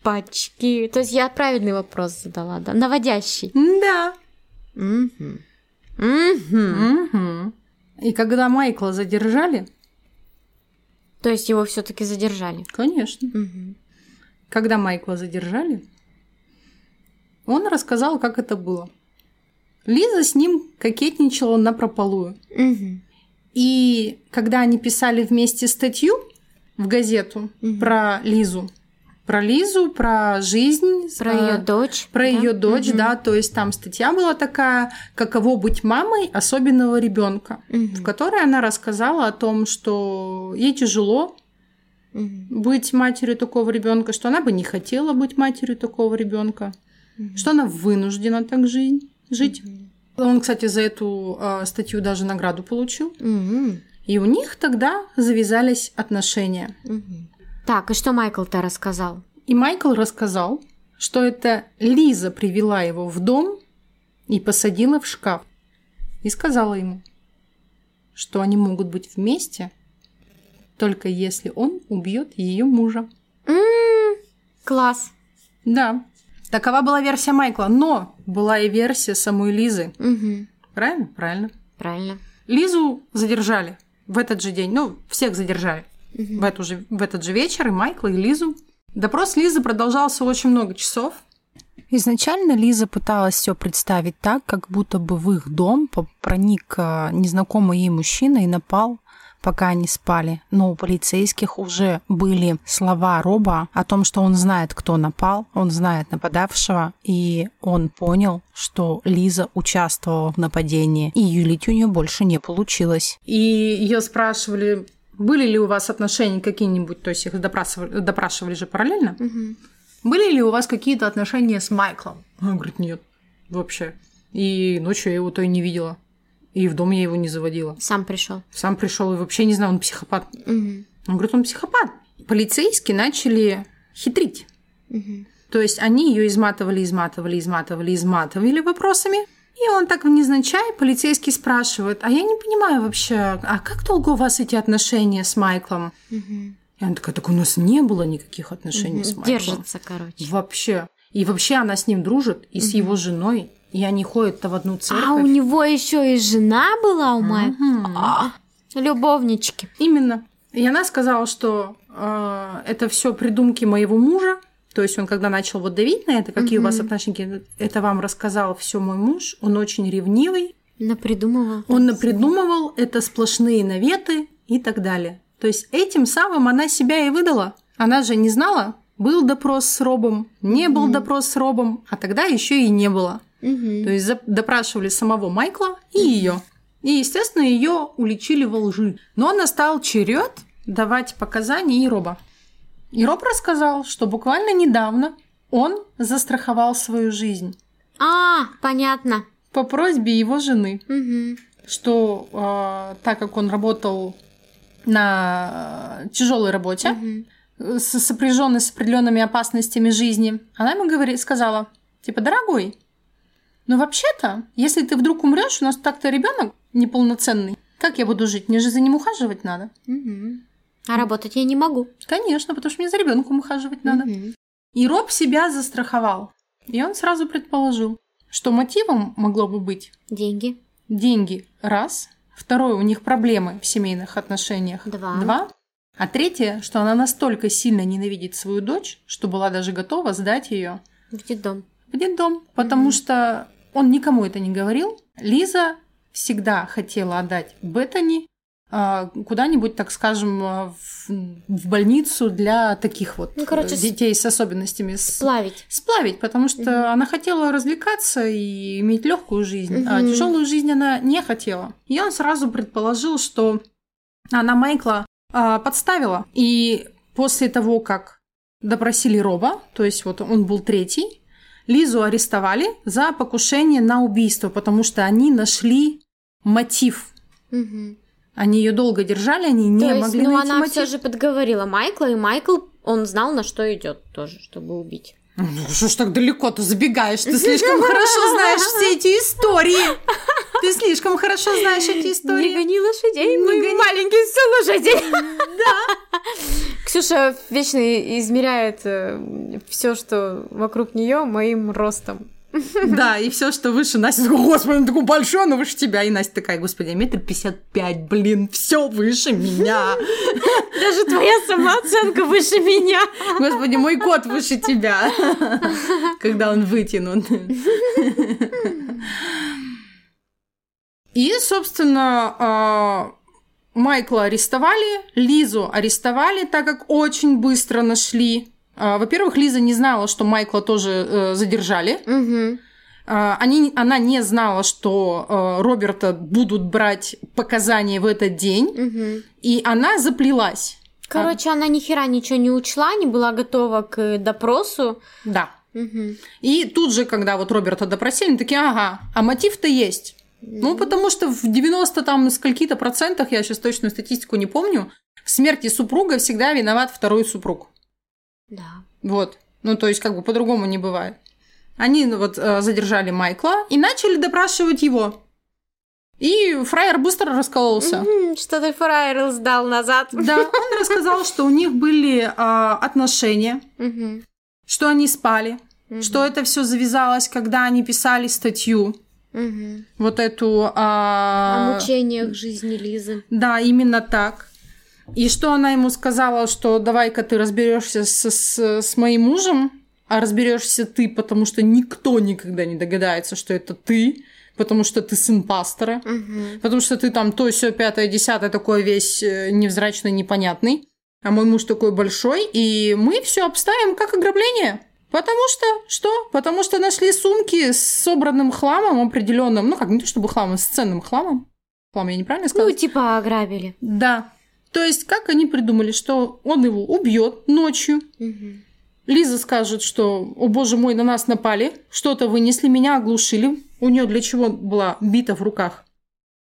[SPEAKER 4] Опачки. То есть я правильный вопрос задала, да? Наводящий.
[SPEAKER 3] Да.
[SPEAKER 4] Мгм. Мгм.
[SPEAKER 3] И когда Майкла задержали,
[SPEAKER 4] То есть его все-таки задержали.
[SPEAKER 3] конечно,
[SPEAKER 4] Мгм.
[SPEAKER 3] когда Майкла задержали, он рассказал, как это было. Лиза с ним кокетничала на прополую.
[SPEAKER 4] Мгм.
[SPEAKER 3] И когда они писали вместе статью в газету
[SPEAKER 4] Мгм.
[SPEAKER 3] про Лизу, про Лизу, про жизнь,
[SPEAKER 4] А, Про
[SPEAKER 3] э,
[SPEAKER 4] ее дочь.
[SPEAKER 3] про
[SPEAKER 4] да?
[SPEAKER 3] ее дочь,
[SPEAKER 4] Мгм.
[SPEAKER 3] да, то есть там статья была такая, каково быть мамой особенного ребенка,
[SPEAKER 4] Мгм.
[SPEAKER 3] в которой она рассказала о том, что ей тяжело
[SPEAKER 4] Мгм.
[SPEAKER 3] быть матерью такого ребенка, что она бы не хотела быть матерью такого ребенка,
[SPEAKER 4] Мгм.
[SPEAKER 3] что она вынуждена так жить. жить.
[SPEAKER 4] Мгм.
[SPEAKER 3] Он, кстати, за эту э, статью даже награду получил.
[SPEAKER 4] Мгм.
[SPEAKER 3] И у них тогда завязались отношения.
[SPEAKER 4] Мгм. Так, и что Майкл-то рассказал?
[SPEAKER 3] И Майкл рассказал, что это Лиза привела его в дом и посадила в шкаф. И сказала ему, что они могут быть вместе, только если он убьет ее мужа.
[SPEAKER 4] М, М-м-м. Класс.
[SPEAKER 3] Да, такова была версия Майкла, но была и версия самой Лизы.
[SPEAKER 4] Мгм.
[SPEAKER 3] Правильно? Правильно.
[SPEAKER 4] Правильно.
[SPEAKER 3] Лизу задержали в этот же день. Ну, всех задержали в, эту же, в этот же вечер, и Майкла, и Лизу. Допрос Лизы продолжался очень много часов. Изначально Лиза пыталась все представить так, как будто бы в их дом по- проник а, незнакомый ей мужчина и напал, пока они спали. Но у полицейских уже были слова Роба о том, что он знает, кто напал, он знает нападавшего, и он понял, что Лиза участвовала в нападении, и юлить у нее больше не получилось. И ее спрашивали, были ли у вас отношения какие-нибудь, то есть их допрашивали, допрашивали же параллельно?
[SPEAKER 4] Мгм.
[SPEAKER 3] Были ли у вас какие-то отношения с Майклом? Она говорит, нет, вообще. И ночью я его то и не видела. И в дом я его не заводила.
[SPEAKER 4] Сам пришел.
[SPEAKER 3] Сам пришел и вообще не знаю, он психопат. Он говорит, он психопат. Полицейские начали хитрить. То есть они ее изматывали, изматывали, изматывали, изматывали вопросами. И он так невзначай, полицейский спрашивает, а я не понимаю вообще, а как долго у вас эти отношения с Майклом? И она такая, так у нас не было никаких отношений с Майклом.
[SPEAKER 4] Держится, короче.
[SPEAKER 3] Вообще. И вообще она с ним дружит, и с его женой, и они ходят-то в одну церковь.
[SPEAKER 4] А у него еще и жена была у Майкла.
[SPEAKER 3] Мгм.
[SPEAKER 4] А, Любовнички.
[SPEAKER 3] Именно. И она сказала, что э, это все придумки моего мужа. То есть он, когда начал вот давить на это, какие у вас
[SPEAKER 4] Мгм.
[SPEAKER 3] отношения, это вам рассказал все мой муж. Он очень ревнивый,
[SPEAKER 4] Напридумывал.
[SPEAKER 3] он напридумывал, это сплошные наветы и так далее. То есть этим самым она себя и выдала. Она же не знала, Был допрос с робом, не был
[SPEAKER 4] Мгм.
[SPEAKER 3] допрос с робом, а тогда еще и не было.
[SPEAKER 4] Мгм.
[SPEAKER 3] То есть за- допрашивали самого Майкла и ее. И, естественно, ее уличили во лжи. Но настал черед давать показания и Роба. И Роб рассказал, что буквально недавно он застраховал свою жизнь
[SPEAKER 4] А, понятно.
[SPEAKER 3] по просьбе его жены,
[SPEAKER 4] Мгм.
[SPEAKER 3] что э, так как он работал на тяжелой работе,
[SPEAKER 4] Мгм.
[SPEAKER 3] с- сопряженной с определенными опасностями жизни, она ему говорит, сказала, типа, дорогой, ну вообще-то, если ты вдруг умрешь, у нас так-то ребенок неполноценный, как я буду жить? Мне же за ним ухаживать надо.
[SPEAKER 4] Мгм. А работать я не могу.
[SPEAKER 3] Конечно, потому что мне за ребенком ухаживать надо.
[SPEAKER 4] Мгм.
[SPEAKER 3] И Роб себя застраховал. И он сразу предположил, что мотивом могло бы быть
[SPEAKER 4] Деньги.
[SPEAKER 3] деньги – раз, второе – у них проблемы в семейных отношениях –
[SPEAKER 4] Два.
[SPEAKER 3] два, а третье, что она настолько сильно ненавидит свою дочь, что была даже готова сдать ее
[SPEAKER 4] В детдом.
[SPEAKER 3] в детдом, потому
[SPEAKER 4] Мгм.
[SPEAKER 3] что он никому это не говорил. Лиза всегда хотела отдать Беттани а, куда-нибудь, так скажем, а, в, в больницу для таких вот
[SPEAKER 4] Ну, короче,
[SPEAKER 3] э,
[SPEAKER 4] с-
[SPEAKER 3] детей с особенностями. с-
[SPEAKER 4] Плавить.
[SPEAKER 3] Сплавить, потому что
[SPEAKER 4] Мгм.
[SPEAKER 3] она хотела развлекаться и иметь легкую жизнь, а
[SPEAKER 4] Мгм.
[SPEAKER 3] тяжелую жизнь она не хотела. И он сразу предположил, что она Майкла а, подставила. И после того, как допросили Роба, то есть вот он был третий, Лизу арестовали за покушение на убийство, потому что они нашли мотив.
[SPEAKER 4] Мгм.
[SPEAKER 3] Они ее долго держали, они не
[SPEAKER 4] То есть,
[SPEAKER 3] могли
[SPEAKER 4] ну
[SPEAKER 3] найти
[SPEAKER 4] она
[SPEAKER 3] мотив.
[SPEAKER 4] все же подговорила Майкла, и Майкл, он знал, на что идет тоже, чтобы убить.
[SPEAKER 3] Ну, что ж так далеко ты забегаешь? Ты слишком хорошо знаешь все эти истории. Ты слишком хорошо знаешь эти
[SPEAKER 4] Не
[SPEAKER 3] истории.
[SPEAKER 4] гони лошадей,
[SPEAKER 3] Не
[SPEAKER 4] мы
[SPEAKER 3] гони.
[SPEAKER 4] маленькие все [laughs] лошади. Да. Ксюша вечно измеряет все, что вокруг нее, моим ростом.
[SPEAKER 3] Да, и все, что выше Настя, такой, господи, он такой большой, но выше тебя. И Настя такая, господи, а метр пятьдесят пять, блин, все выше меня.
[SPEAKER 4] Даже твоя самооценка выше меня.
[SPEAKER 3] Господи, мой кот выше тебя, когда он вытянут. И, собственно, а, Майкла арестовали, Лизу арестовали, так как очень быстро нашли. А, Во-первых, Лиза не знала, что Майкла тоже э, задержали. А, Они, она не знала, что э, Роберта будут брать показания в этот день. И она заплелась.
[SPEAKER 4] Короче, она ни хера ничего не учла, не была готова к допросу.
[SPEAKER 3] Да. И тут же, когда вот Роберта допросили, они такие, ага, а мотив-то есть. Ну, потому что в 90 там скольки-то процентах, я сейчас точную статистику не помню, в смерти супруга всегда виноват второй супруг.
[SPEAKER 4] Да.
[SPEAKER 3] Вот. Ну, то есть, как бы по-другому не бывает. Они ну, вот э, задержали Майкла и начали допрашивать его. И фраер быстро раскололся.
[SPEAKER 4] Мгм, Что-то фраер сдал назад.
[SPEAKER 3] Да, он рассказал, что у них были а, отношения,
[SPEAKER 4] Мгм.
[SPEAKER 3] что они спали,
[SPEAKER 4] Мгм.
[SPEAKER 3] что это все завязалось, когда они писали статью.
[SPEAKER 4] Мгм.
[SPEAKER 3] вот эту...
[SPEAKER 4] О
[SPEAKER 3] а,
[SPEAKER 4] мучениях жизни Лизы.
[SPEAKER 3] Да, именно так. И что она ему сказала, что давай-ка ты разберешься с, с- с моим мужем, а разберешься ты, потому что никто никогда не догадается, что это ты, потому что ты сын пастора,
[SPEAKER 4] Мгм.
[SPEAKER 3] потому что ты там то, все пятое, десятое, такой весь э, невзрачный, непонятный, а мой муж такой большой, и мы все обставим как ограбление. Потому что что? Потому что нашли сумки с собранным хламом определенным, ну как не то чтобы хламом, с ценным хламом. Хлам, я неправильно сказала?
[SPEAKER 4] Ну, типа ограбили.
[SPEAKER 3] Да. То есть, как они придумали, что он его убьет ночью.
[SPEAKER 4] Мгм.
[SPEAKER 3] Лиза скажет, что, о боже мой, на нас напали, что-то вынесли, меня оглушили. У нее для чего была бита в руках?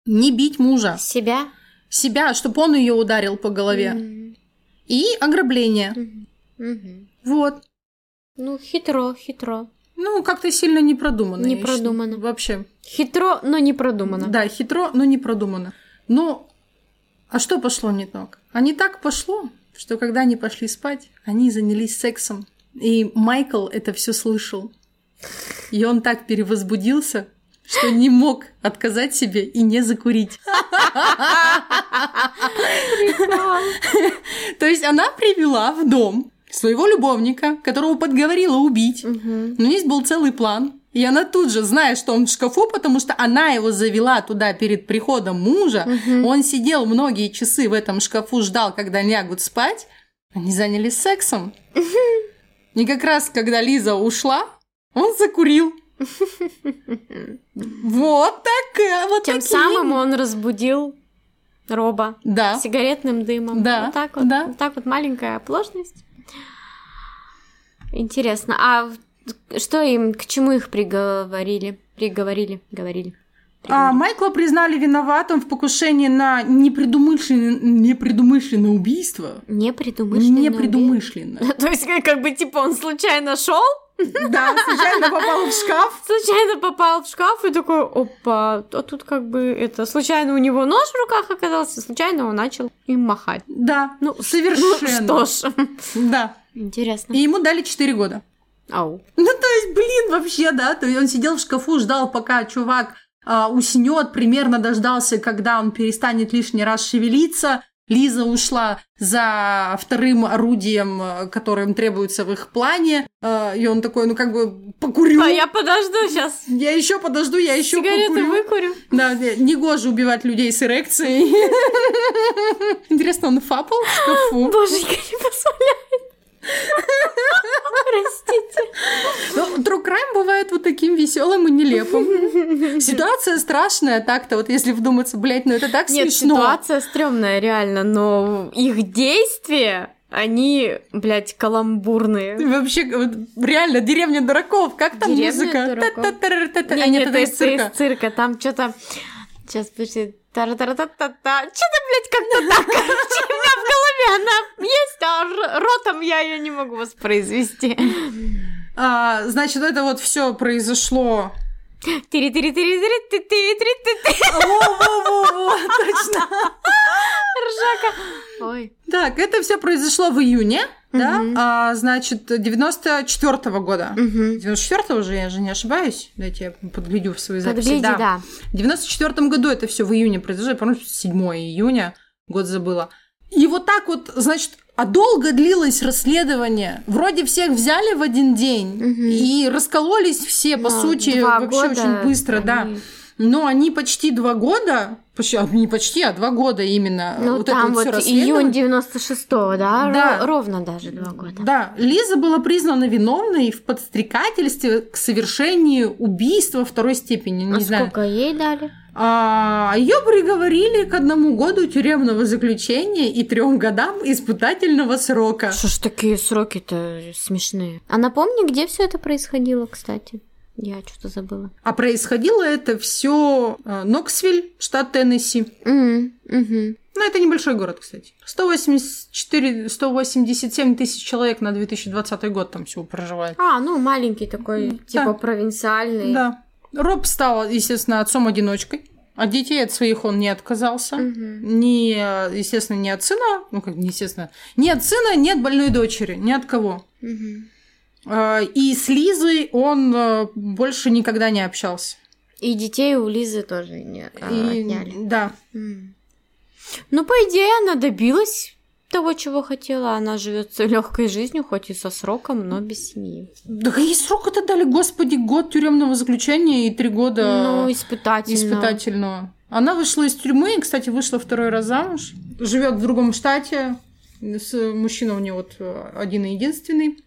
[SPEAKER 3] Не бить мужа.
[SPEAKER 4] Себя?
[SPEAKER 3] Себя, чтобы он ее ударил по голове.
[SPEAKER 4] Мгм.
[SPEAKER 3] И ограбление.
[SPEAKER 4] Мгм. Мгм.
[SPEAKER 3] Вот.
[SPEAKER 4] Ну, хитро, хитро.
[SPEAKER 3] Ну, как-то сильно не продумано.
[SPEAKER 4] Не
[SPEAKER 3] я считаю.
[SPEAKER 4] продумано.
[SPEAKER 3] Вообще.
[SPEAKER 4] Хитро, но не продумано.
[SPEAKER 3] Да, хитро, но не продумано. Но а что пошло не так? А не так пошло, что когда они пошли спать, они занялись сексом. И Майкл это все слышал. И он так перевозбудился, что не мог отказать себе и не закурить. То есть она привела в дом своего любовника, которого подговорила убить.
[SPEAKER 4] Мгм.
[SPEAKER 3] Но есть был целый план. И она тут же, зная, что он в шкафу, потому что она его завела туда перед приходом мужа,
[SPEAKER 4] Мгм.
[SPEAKER 3] он сидел многие часы в этом шкафу, ждал, когда лягут спать. Они занялись сексом. И как раз, когда Лиза ушла, он закурил. Вот так, вот такие.
[SPEAKER 4] Тем самым он разбудил Роба
[SPEAKER 3] Да.
[SPEAKER 4] сигаретным дымом.
[SPEAKER 3] Да,
[SPEAKER 4] Вот так вот,
[SPEAKER 3] да.
[SPEAKER 4] вот так вот маленькая оплошность. Интересно, а в- что им, к чему их приговорили? Приговорили, говорили.
[SPEAKER 3] А, Майкла признали виноватым в покушении на непредумышленное, непредумышленное убийство.
[SPEAKER 4] Непредумышленное
[SPEAKER 3] Непредумышленное.
[SPEAKER 4] убийство. [laughs] То есть, как- как бы, типа, он случайно шел,
[SPEAKER 3] Да, случайно попал в шкаф.
[SPEAKER 4] случайно попал в шкаф и такой, опа, а тут как бы это, случайно у него нож в руках оказался, случайно он начал им махать.
[SPEAKER 3] Да,
[SPEAKER 4] Ну,
[SPEAKER 3] совершенно.
[SPEAKER 4] Ну, что ж.
[SPEAKER 3] Да.
[SPEAKER 4] Интересно.
[SPEAKER 3] И ему дали 4 года.
[SPEAKER 4] Ау.
[SPEAKER 3] Ну, то есть, блин, вообще, да, то есть он сидел в шкафу, ждал, пока чувак а, уснет, примерно дождался, когда он перестанет лишний раз шевелиться. Лиза ушла за вторым орудием, э, которое им требуется в их плане, Э, и он такой, ну как бы покурю,
[SPEAKER 4] А
[SPEAKER 3] я...
[SPEAKER 4] я подожду сейчас.
[SPEAKER 3] еще подожду, я еще
[SPEAKER 4] Сигареты
[SPEAKER 3] покурю.
[SPEAKER 4] выкурю.
[SPEAKER 3] Да, не- негоже убивать людей с эрекцией. [laughs] Интересно, он фапал в шкафу?
[SPEAKER 4] Боженька не позволяет. Простите.
[SPEAKER 3] Ну, true crime бывает вот таким веселым и нелепым. Ситуация страшная так-то, вот если вдуматься, блядь, ну это так
[SPEAKER 4] Нет,
[SPEAKER 3] смешно.
[SPEAKER 4] ситуация стрёмная, реально, но их действия, они, блядь, каламбурные.
[SPEAKER 3] Вообще, вот, реально, деревня дураков, как там
[SPEAKER 4] Деревня
[SPEAKER 3] музыка?
[SPEAKER 4] дураков.
[SPEAKER 3] Та-та-та-ра-та-та.
[SPEAKER 4] Не,
[SPEAKER 3] А нет,
[SPEAKER 4] нет,
[SPEAKER 3] это из цирка.
[SPEAKER 4] из цирка. Там что-то... Сейчас, подожди. Та-ра-та-ра-та-та-та. Что-то, блядь, как-то так, [laughs] короче, у меня в голове она есть, а р- ротом я ее не могу воспроизвести.
[SPEAKER 3] А, Значит, это вот все произошло.
[SPEAKER 4] Тири-тири-тири-тири-тири-тири-тири.
[SPEAKER 3] Во-во-во-во, точно.
[SPEAKER 4] Ой.
[SPEAKER 3] Так, это все произошло в июне, да?
[SPEAKER 4] Мгм.
[SPEAKER 3] А, Значит, 94 года.
[SPEAKER 4] Мгм.
[SPEAKER 3] 94 уже, я же не ошибаюсь. Дайте я подглядю в свои записи.
[SPEAKER 4] Подгляди,
[SPEAKER 3] Да.
[SPEAKER 4] да.
[SPEAKER 3] В 94 году это все в июне произошло, я помню, 7 июня, год забыла. И вот так вот, значит, а долго длилось расследование. Вроде всех взяли в один день
[SPEAKER 4] Мгм.
[SPEAKER 3] и раскололись все, по
[SPEAKER 4] Ну,
[SPEAKER 3] сути,
[SPEAKER 4] два
[SPEAKER 3] вообще
[SPEAKER 4] года
[SPEAKER 3] очень быстро, да.
[SPEAKER 4] они-
[SPEAKER 3] Но они почти два года, почти, а, не почти, а два года именно.
[SPEAKER 4] Ну,
[SPEAKER 3] это
[SPEAKER 4] там
[SPEAKER 3] всё
[SPEAKER 4] вот
[SPEAKER 3] расследование.
[SPEAKER 4] июнь 96-го, да? Ро-
[SPEAKER 3] Да.
[SPEAKER 4] ровно даже два года.
[SPEAKER 3] Да, Лиза была признана виновной в подстрекательстве к совершению убийства второй степени. Не
[SPEAKER 4] а
[SPEAKER 3] знаю.
[SPEAKER 4] сколько ей дали?
[SPEAKER 3] ее приговорили к одному году тюремного заключения и трем годам испытательного срока.
[SPEAKER 4] Что ж такие сроки-то смешные? А напомни, где все это происходило, кстати? Я что-то забыла.
[SPEAKER 3] А происходило это все Ноксвиль, штат Теннесси.
[SPEAKER 4] М, мгм.
[SPEAKER 3] Ну, это небольшой город, кстати. 184, 187 тысяч человек на 2020 год там всего проживает.
[SPEAKER 4] А, ну маленький такой, типа провинциальный.
[SPEAKER 3] Да. Роб стал, естественно, отцом-одиночкой. От детей от своих он не отказался.
[SPEAKER 4] Мгм.
[SPEAKER 3] Не, э, естественно, не от сына, ну как не естественно, не от сына, не от больной дочери, ни от кого.
[SPEAKER 4] Мгм.
[SPEAKER 3] Э, И с Лизой он э, больше никогда не общался.
[SPEAKER 4] И детей у Лизы тоже не а,
[SPEAKER 3] И-
[SPEAKER 4] отняли.
[SPEAKER 3] Да.
[SPEAKER 4] М. Ну, по идее, она добилась того, чего хотела. Она живет легкой жизнью, хоть и со сроком, но без семьи.
[SPEAKER 3] Да ей срок это дали, господи, год тюремного заключения и три года
[SPEAKER 4] Ну, испытательно.
[SPEAKER 3] испытательного. Она вышла из тюрьмы, и, кстати, вышла второй раз замуж. Живет в другом штате. С- Мужчина у нее вот э, один и единственный.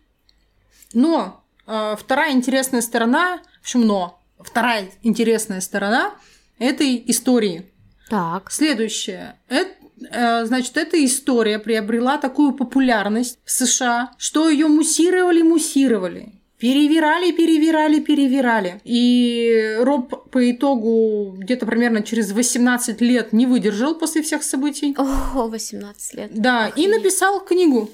[SPEAKER 3] Но э, вторая интересная сторона, в общем, но вторая интересная сторона этой истории
[SPEAKER 4] Так.
[SPEAKER 3] Следующее. Эт- э, значит, эта история приобрела такую популярность в США, что ее муссировали, муссировали. Перевирали, перевирали, перевирали. И Роб по итогу где-то примерно через 18 лет не выдержал после всех событий.
[SPEAKER 4] О, 18 лет.
[SPEAKER 3] Да, и написал книгу.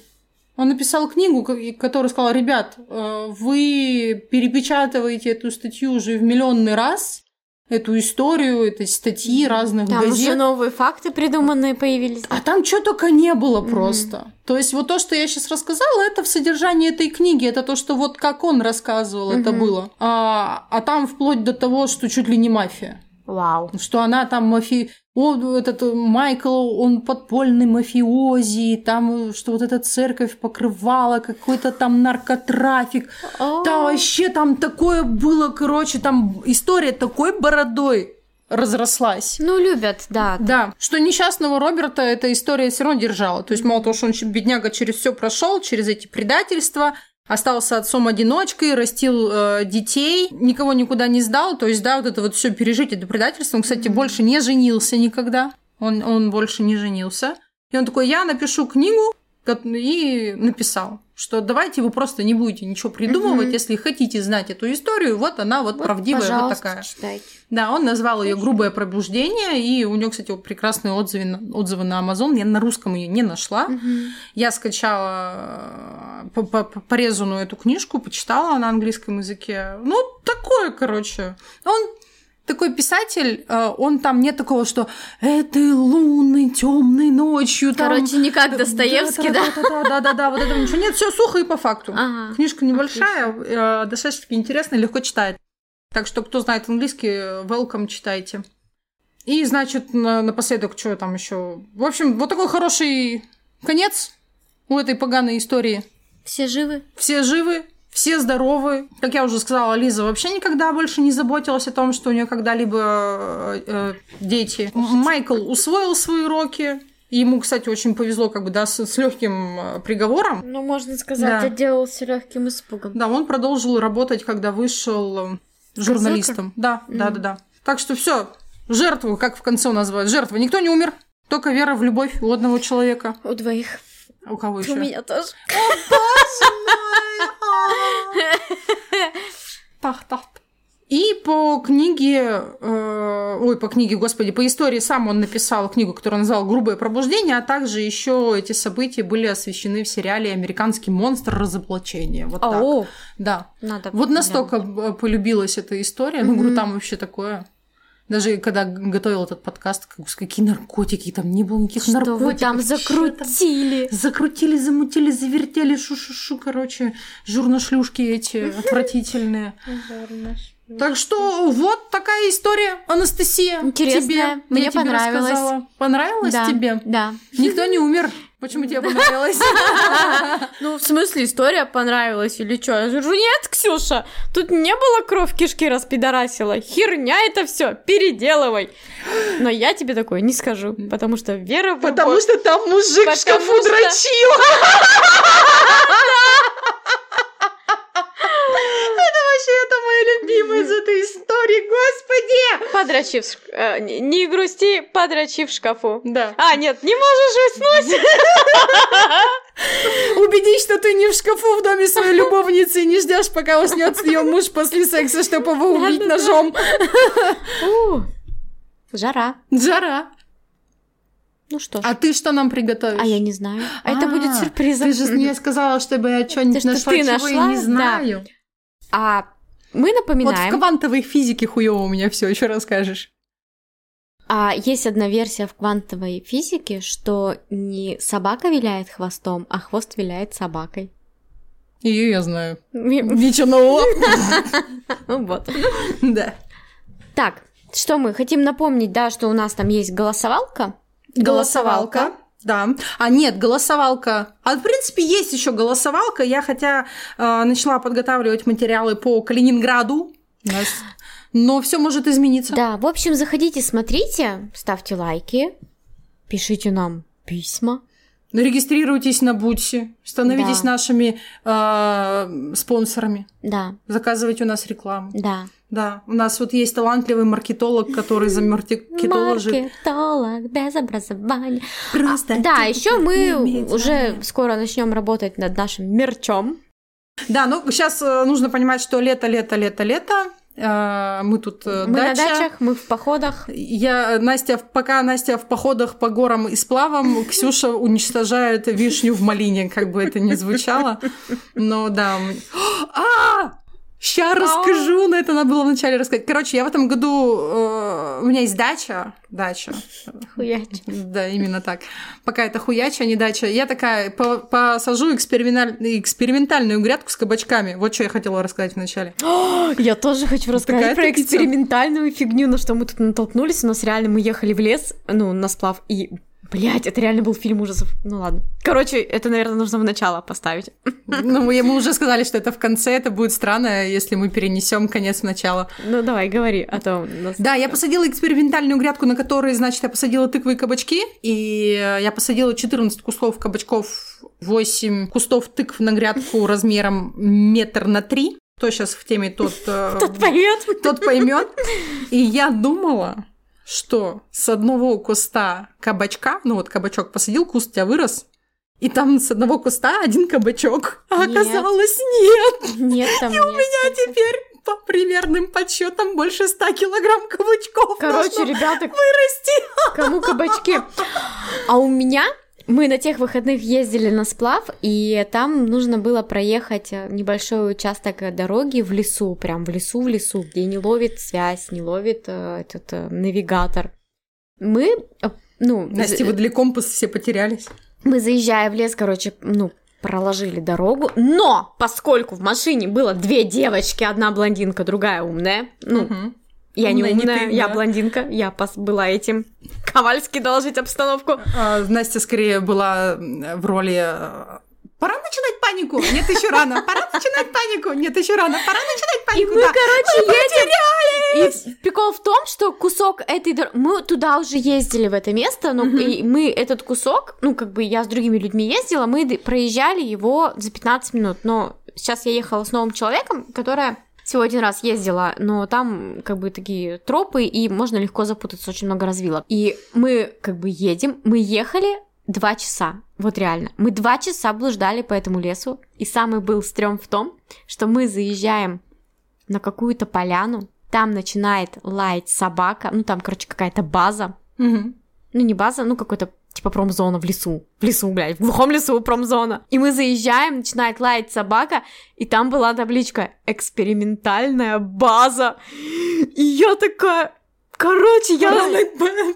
[SPEAKER 3] Он написал книгу, ко- и- которая сказала, ребят, э, вы перепечатываете эту статью уже в миллионный раз, эту историю, эти статьи разных
[SPEAKER 4] Там
[SPEAKER 3] газет.
[SPEAKER 4] уже новые факты придуманные появились.
[SPEAKER 3] А там что только не было
[SPEAKER 4] Мгм.
[SPEAKER 3] просто. То есть вот то, что я сейчас рассказала, это в содержании этой книги. Это то, что вот как он рассказывал, это
[SPEAKER 4] Мгм.
[SPEAKER 3] было. А, а там вплоть до того, что чуть ли не мафия.
[SPEAKER 4] Вау.
[SPEAKER 3] Что она там мафи... О, этот э, Майкл, он подпольный мафиози, там, э, что вот эта церковь покрывала, какой-то там наркотрафик. Да
[SPEAKER 4] А.
[SPEAKER 3] вообще там такое было, короче, там история такой бородой разрослась.
[SPEAKER 4] Ну, любят, да.
[SPEAKER 3] Да, что несчастного Роберта эта история все равно держала. То есть, мало того, что он ч- бедняга через все прошел, через эти предательства, остался отцом-одиночкой, растил э, детей, никого никуда не сдал. То есть, да, вот это вот все пережить, это предательство. Он, кстати, больше не женился никогда. Он, он больше не женился. И он такой, я напишу книгу, и написал, что давайте вы просто не будете ничего придумывать,
[SPEAKER 4] Мгм.
[SPEAKER 3] если хотите знать эту историю, вот она вот,
[SPEAKER 4] Вот,
[SPEAKER 3] правдивая, вот
[SPEAKER 4] пожалуйста,
[SPEAKER 3] такая.
[SPEAKER 4] читайте.
[SPEAKER 3] Да, он назвал ее грубое пробуждение, и у него, кстати, вот прекрасные отзывы на, отзывы на Amazon. Я на русском ее не нашла.
[SPEAKER 4] Мгм.
[SPEAKER 3] Я скачала э, по- по- по- порезанную эту книжку, почитала на английском языке. Ну, такое, короче. Он такой писатель, э, он там нет такого, что этой лунной темной ночью. там
[SPEAKER 4] Короче, не как Достоевский, да?
[SPEAKER 3] да? Да, да, да, вот этого ничего нет, все сухо и по факту.
[SPEAKER 4] Ага.
[SPEAKER 3] Книжка небольшая, э, достаточно интересная, легко читает. Так что, кто знает английский, welcome читайте. И, значит, на- напоследок, что там еще? В общем, вот такой хороший конец у этой поганой истории.
[SPEAKER 4] Все живы?
[SPEAKER 3] Все живы, все здоровы. Как я уже сказала, Лиза вообще никогда больше не заботилась о том, что у нее когда-либо э, э, дети. М- Майкл усвоил свои уроки. Ему, кстати, очень повезло, как бы, да, с, легким приговором.
[SPEAKER 4] Ну, можно
[SPEAKER 3] Да.
[SPEAKER 4] отделался легким испугом.
[SPEAKER 3] Да, он продолжил работать, когда вышел э, журналистом. Да, да, да, да. Так что все, жертву, как в конце называют, жертва. Никто не умер, только вера в любовь у одного человека.
[SPEAKER 4] У двоих.
[SPEAKER 3] У кого
[SPEAKER 4] У
[SPEAKER 3] еще?
[SPEAKER 4] меня тоже. А!
[SPEAKER 3] И по книге, э, ой, по книге, господи, по истории сам он написал книгу, которую он назвал «Грубое пробуждение», а также еще эти события были освещены в сериале «Американский монстр. Разоблачение». Вот так.
[SPEAKER 4] О,
[SPEAKER 3] Да.
[SPEAKER 4] надо.
[SPEAKER 3] Вот настолько б- полюбилась эта история. Ну, говорю, там вообще такое. Даже когда г- готовила этот подкаст, как- какие наркотики, там не было никаких
[SPEAKER 4] Что
[SPEAKER 3] наркотиков.
[SPEAKER 4] вы там
[SPEAKER 3] чё
[SPEAKER 4] закрутили?
[SPEAKER 3] Закрутили, замутили, завертели, шу-шу-шу, короче, журношлюшки эти отвратительные. Так что вот такая история, Анастасия.
[SPEAKER 4] Интересная.
[SPEAKER 3] тебе. Я
[SPEAKER 4] Мне
[SPEAKER 3] тебе
[SPEAKER 4] понравилось.
[SPEAKER 3] рассказала. Понравилось
[SPEAKER 4] Да,
[SPEAKER 3] тебе?
[SPEAKER 4] Да.
[SPEAKER 3] Никто не умер. Почему тебе
[SPEAKER 4] [laughs]
[SPEAKER 3] понравилось?
[SPEAKER 4] Ну, в смысле, история понравилась или что? Я говорю, нет, Ксюша, тут не было кровь кишки распидорасила. Херня это все, переделывай. Но я тебе такое не скажу, потому что вера в любовь-
[SPEAKER 3] что там мужик
[SPEAKER 4] в шкафу Потому что-
[SPEAKER 3] дрочил.
[SPEAKER 4] [laughs]
[SPEAKER 3] Это вообще это моя любимая из этой истории, господи!
[SPEAKER 4] Подрочи в ш- э, не, не грусти, подрочи в шкафу.
[SPEAKER 3] Да.
[SPEAKER 4] А, нет, не можешь уснуть.
[SPEAKER 3] [laughs] Убедись, что ты не в шкафу в доме своей любовницы и не ждешь, пока уснет ее муж после секса, чтобы его убить ножом.
[SPEAKER 4] Фу. Жара.
[SPEAKER 3] Жара.
[SPEAKER 4] Ну что ж.
[SPEAKER 3] А ты что нам приготовишь?
[SPEAKER 4] А я не знаю. А это будет
[SPEAKER 3] А,
[SPEAKER 4] сюрпризом.
[SPEAKER 3] Ты же мне сказала, чтобы я что-нибудь
[SPEAKER 4] То,
[SPEAKER 3] нашла,
[SPEAKER 4] что ты
[SPEAKER 3] чего я
[SPEAKER 4] нашла,
[SPEAKER 3] не
[SPEAKER 4] да.
[SPEAKER 3] знаю.
[SPEAKER 4] А мы
[SPEAKER 3] Вот в
[SPEAKER 4] напоминаем,
[SPEAKER 3] квантовой физике хуёво у меня все, еще расскажешь.
[SPEAKER 4] а есть одна версия в квантовой физике, что не собака виляет хвостом, а хвост виляет собакой.
[SPEAKER 3] Ее я
[SPEAKER 4] [laughs]
[SPEAKER 3] знаю.
[SPEAKER 4] Ну
[SPEAKER 3] Ничего нового.
[SPEAKER 4] вот.
[SPEAKER 3] Да.
[SPEAKER 4] Так, что мы хотим напомнить, да, что у нас там есть голосовалка.
[SPEAKER 3] Голосовалка. Да. А нет, голосовалка. А в принципе есть еще голосовалка. Я хотя э, начала подготавливать материалы по Калининграду. У нас- Но все может измениться.
[SPEAKER 4] Да, в общем, заходите, смотрите, ставьте лайки, пишите нам письма.
[SPEAKER 3] Ну, Регистрируйтесь на Бутси, становитесь
[SPEAKER 4] Да.
[SPEAKER 3] нашими э, спонсорами,
[SPEAKER 4] Да,
[SPEAKER 3] заказывайте у нас рекламу.
[SPEAKER 4] да.
[SPEAKER 3] Да, у нас вот есть талантливый маркетолог, который за маркетоложит.
[SPEAKER 4] Маркетолог без образования.
[SPEAKER 3] Просто.
[SPEAKER 4] А, Да, еще мы
[SPEAKER 3] типа, имеет
[SPEAKER 4] уже
[SPEAKER 3] знания.
[SPEAKER 4] скоро начнем работать над нашим мерчом.
[SPEAKER 3] Да, ну сейчас нужно понимать, что лето, лето, лето, лето. Э, Мы тут э,
[SPEAKER 4] Мы
[SPEAKER 3] дача.
[SPEAKER 4] на дачах, мы в походах.
[SPEAKER 3] Я, Настя, в- пока Настя в походах по горам и сплавам, Ксюша уничтожает вишню в малине, как бы это ни звучало. Но да. А! Ща расскажу, но это надо было вначале рассказать. Короче, я в этом году... э, У меня есть дача. Дача.
[SPEAKER 4] Хуять.
[SPEAKER 3] Да, именно так. Пока это хуяча, а не дача. Я такая по- посажу эксперименталь- экспериментальную грядку с кабачками. Вот что я хотела рассказать вначале.
[SPEAKER 4] [gasps] Я тоже хочу рассказать
[SPEAKER 3] Такая
[SPEAKER 4] про
[SPEAKER 3] тупица.
[SPEAKER 4] экспериментальную фигню, на что мы тут натолкнулись. У нас реально мы ехали в лес, ну, на сплав, и Блять, это реально был фильм ужасов. Ну ладно. Короче, это, наверное, нужно в начало поставить.
[SPEAKER 3] Ну, мы, мы уже сказали, что это в конце, это будет странно, если мы перенесем конец в начало.
[SPEAKER 4] Ну давай, говори, а то у нас...
[SPEAKER 3] Да, я посадила экспериментальную грядку, на которой, значит, я посадила тыквы и кабачки, и э, я посадила 14 кустов кабачков, 8 кустов тыкв на грядку размером метр на три. Кто сейчас в теме, тот, э,
[SPEAKER 4] [laughs] Тот поет.
[SPEAKER 3] тот поймет. И я думала, что с одного куста кабачка, ну вот кабачок посадил, куст у тебя вырос, и там с одного куста один кабачок. А
[SPEAKER 4] Нет.
[SPEAKER 3] оказалось, нет.
[SPEAKER 4] Нет,
[SPEAKER 3] [laughs]
[SPEAKER 4] там нет.
[SPEAKER 3] А теперь по примерным подсчетам больше 100 килограмм кабачков.
[SPEAKER 4] Короче,
[SPEAKER 3] должно
[SPEAKER 4] ребята,
[SPEAKER 3] вырасти.
[SPEAKER 4] Кому кабачки? А у меня мы на тех выходных ездили на сплав, и там нужно было проехать э, небольшой участок э, дороги в лесу, прям в лесу, в лесу, где не ловит связь, не ловит э, этот э, навигатор. Мы, э, ну,
[SPEAKER 3] Настя,
[SPEAKER 4] з-
[SPEAKER 3] вы для компас все потерялись.
[SPEAKER 4] мы заезжая в лес, короче, ну, проложили дорогу, но поскольку в машине было две девочки, одна блондинка, другая умная, ну,
[SPEAKER 3] Мгм.
[SPEAKER 4] я не
[SPEAKER 3] Умная не
[SPEAKER 4] умная,
[SPEAKER 3] ты,
[SPEAKER 4] я
[SPEAKER 3] да.
[SPEAKER 4] блондинка, я пос- была этим. Ковальски доложить обстановку.
[SPEAKER 3] А, Настя скорее была м, в роли э, Пора начинать панику. Нет, еще рано. Пора начинать панику. Нет, еще рано. Пора начинать
[SPEAKER 4] И
[SPEAKER 3] панику.
[SPEAKER 4] мы,
[SPEAKER 3] да.
[SPEAKER 4] короче, едем. И прикол в том, что кусок этой дор- Мы туда уже ездили в это место, но и мы этот кусок, ну, как бы я с другими людьми ездила, мы д- проезжали его за 15 минут. Но сейчас я ехала с новым человеком, которая всего один раз ездила, но там как бы такие тропы, и можно легко запутаться, очень много развилок. И мы как бы едем, мы ехали два часа, вот реально. Мы два часа блуждали по этому лесу, и самый был стрём в том, что мы заезжаем на какую-то поляну, там начинает лаять собака, ну там, короче, какая-то база,
[SPEAKER 3] Мгм.
[SPEAKER 4] ну не база, ну какой-то типа промзона в лесу, в лесу, блядь, в глухом лесу промзона. И мы заезжаем, начинает лаять собака, и там была табличка «Экспериментальная база». И я такая, короче, я...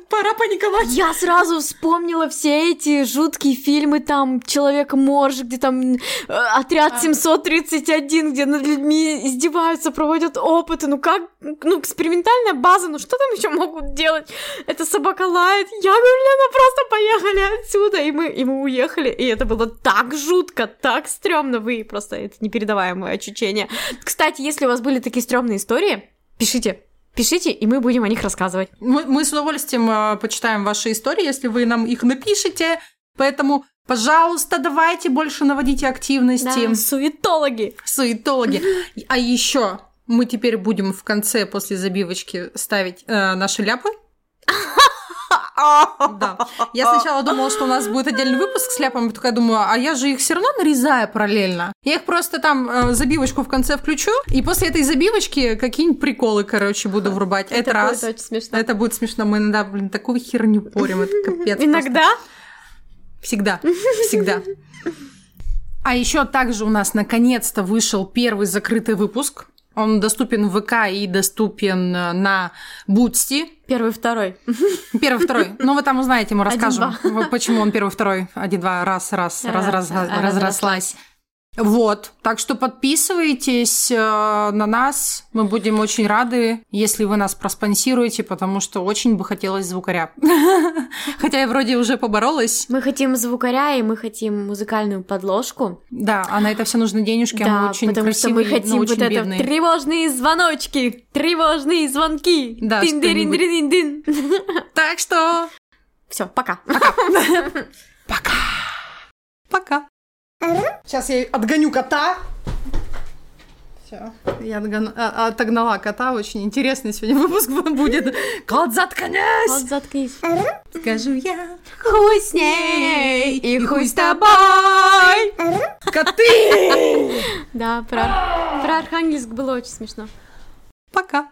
[SPEAKER 3] Пора паниковать.
[SPEAKER 4] Я сразу вспомнила все эти жуткие фильмы, там «Человек-морж», где там э, «Отряд 731», где над людьми издеваются, проводят опыты. Ну как, ну экспериментальная база, ну что там еще могут делать? Это собака лает. Я говорю, Лена, ну просто поехали отсюда. И мы, и мы уехали, и это было так жутко, так стрёмно. Вы просто, это непередаваемое ощущение. Кстати, если у вас были такие стрёмные истории, пишите. Пишите, и мы будем о них рассказывать.
[SPEAKER 3] Мы, мы с удовольствием э, почитаем ваши истории, если вы нам их напишете. Поэтому, пожалуйста, давайте больше наводите активности.
[SPEAKER 4] суетологи.
[SPEAKER 3] суетологи. А еще мы теперь будем в конце после забивочки ставить э, наши ляпы. Да. Я сначала думала, что у нас будет отдельный выпуск с ляпами, только я думаю, а я же их все равно нарезаю параллельно. Я их просто там э, забивочку в конце включу, и после этой забивочки какие-нибудь приколы, короче, буду врубать. Это, раз.
[SPEAKER 4] будет очень смешно.
[SPEAKER 3] Это будет смешно. Мы иногда, блин, такую херню порим. Это капец. просто.
[SPEAKER 4] Иногда
[SPEAKER 3] Всегда, всегда. А еще также у нас наконец-то вышел первый закрытый выпуск. Он доступен в ВК и доступен э, на Бутсти.
[SPEAKER 4] первый, второй.
[SPEAKER 3] Первый, второй. Ну, вы там узнаете, мы расскажем,
[SPEAKER 4] Один,
[SPEAKER 3] вот почему он первый, второй. Один, два, раз, раз, раз, раз, раз,
[SPEAKER 4] Раз,
[SPEAKER 3] разрослась. Вот. Так что подписывайтесь э, на нас. Мы будем очень рады, если вы нас проспонсируете, потому что очень бы хотелось звукаря. [laughs] Хотя я вроде уже поборолась.
[SPEAKER 4] Мы хотим звукаря и мы хотим музыкальную подложку.
[SPEAKER 3] Да, а на это все нужны денежки, а мы
[SPEAKER 4] да,
[SPEAKER 3] очень
[SPEAKER 4] потому что мы
[SPEAKER 3] красивые,
[SPEAKER 4] хотим
[SPEAKER 3] но
[SPEAKER 4] вот
[SPEAKER 3] очень
[SPEAKER 4] это
[SPEAKER 3] бедные.
[SPEAKER 4] тревожные звоночки, тревожные звонки.
[SPEAKER 3] Да, Так что
[SPEAKER 4] Все, пока.
[SPEAKER 3] пока. Пока. Сейчас я отгоню кота. Все, я отгон- а- отогнала кота. Очень интересный сегодня [laughs] выпуск будет. Кот,
[SPEAKER 4] [laughs] Вот
[SPEAKER 3] заткнись!
[SPEAKER 4] заткнись.
[SPEAKER 3] Скажу я.
[SPEAKER 4] Хуй с ней
[SPEAKER 3] И хуй с тобой! Коты!
[SPEAKER 4] Да, про, про Архангельск было очень смешно.
[SPEAKER 3] Пока.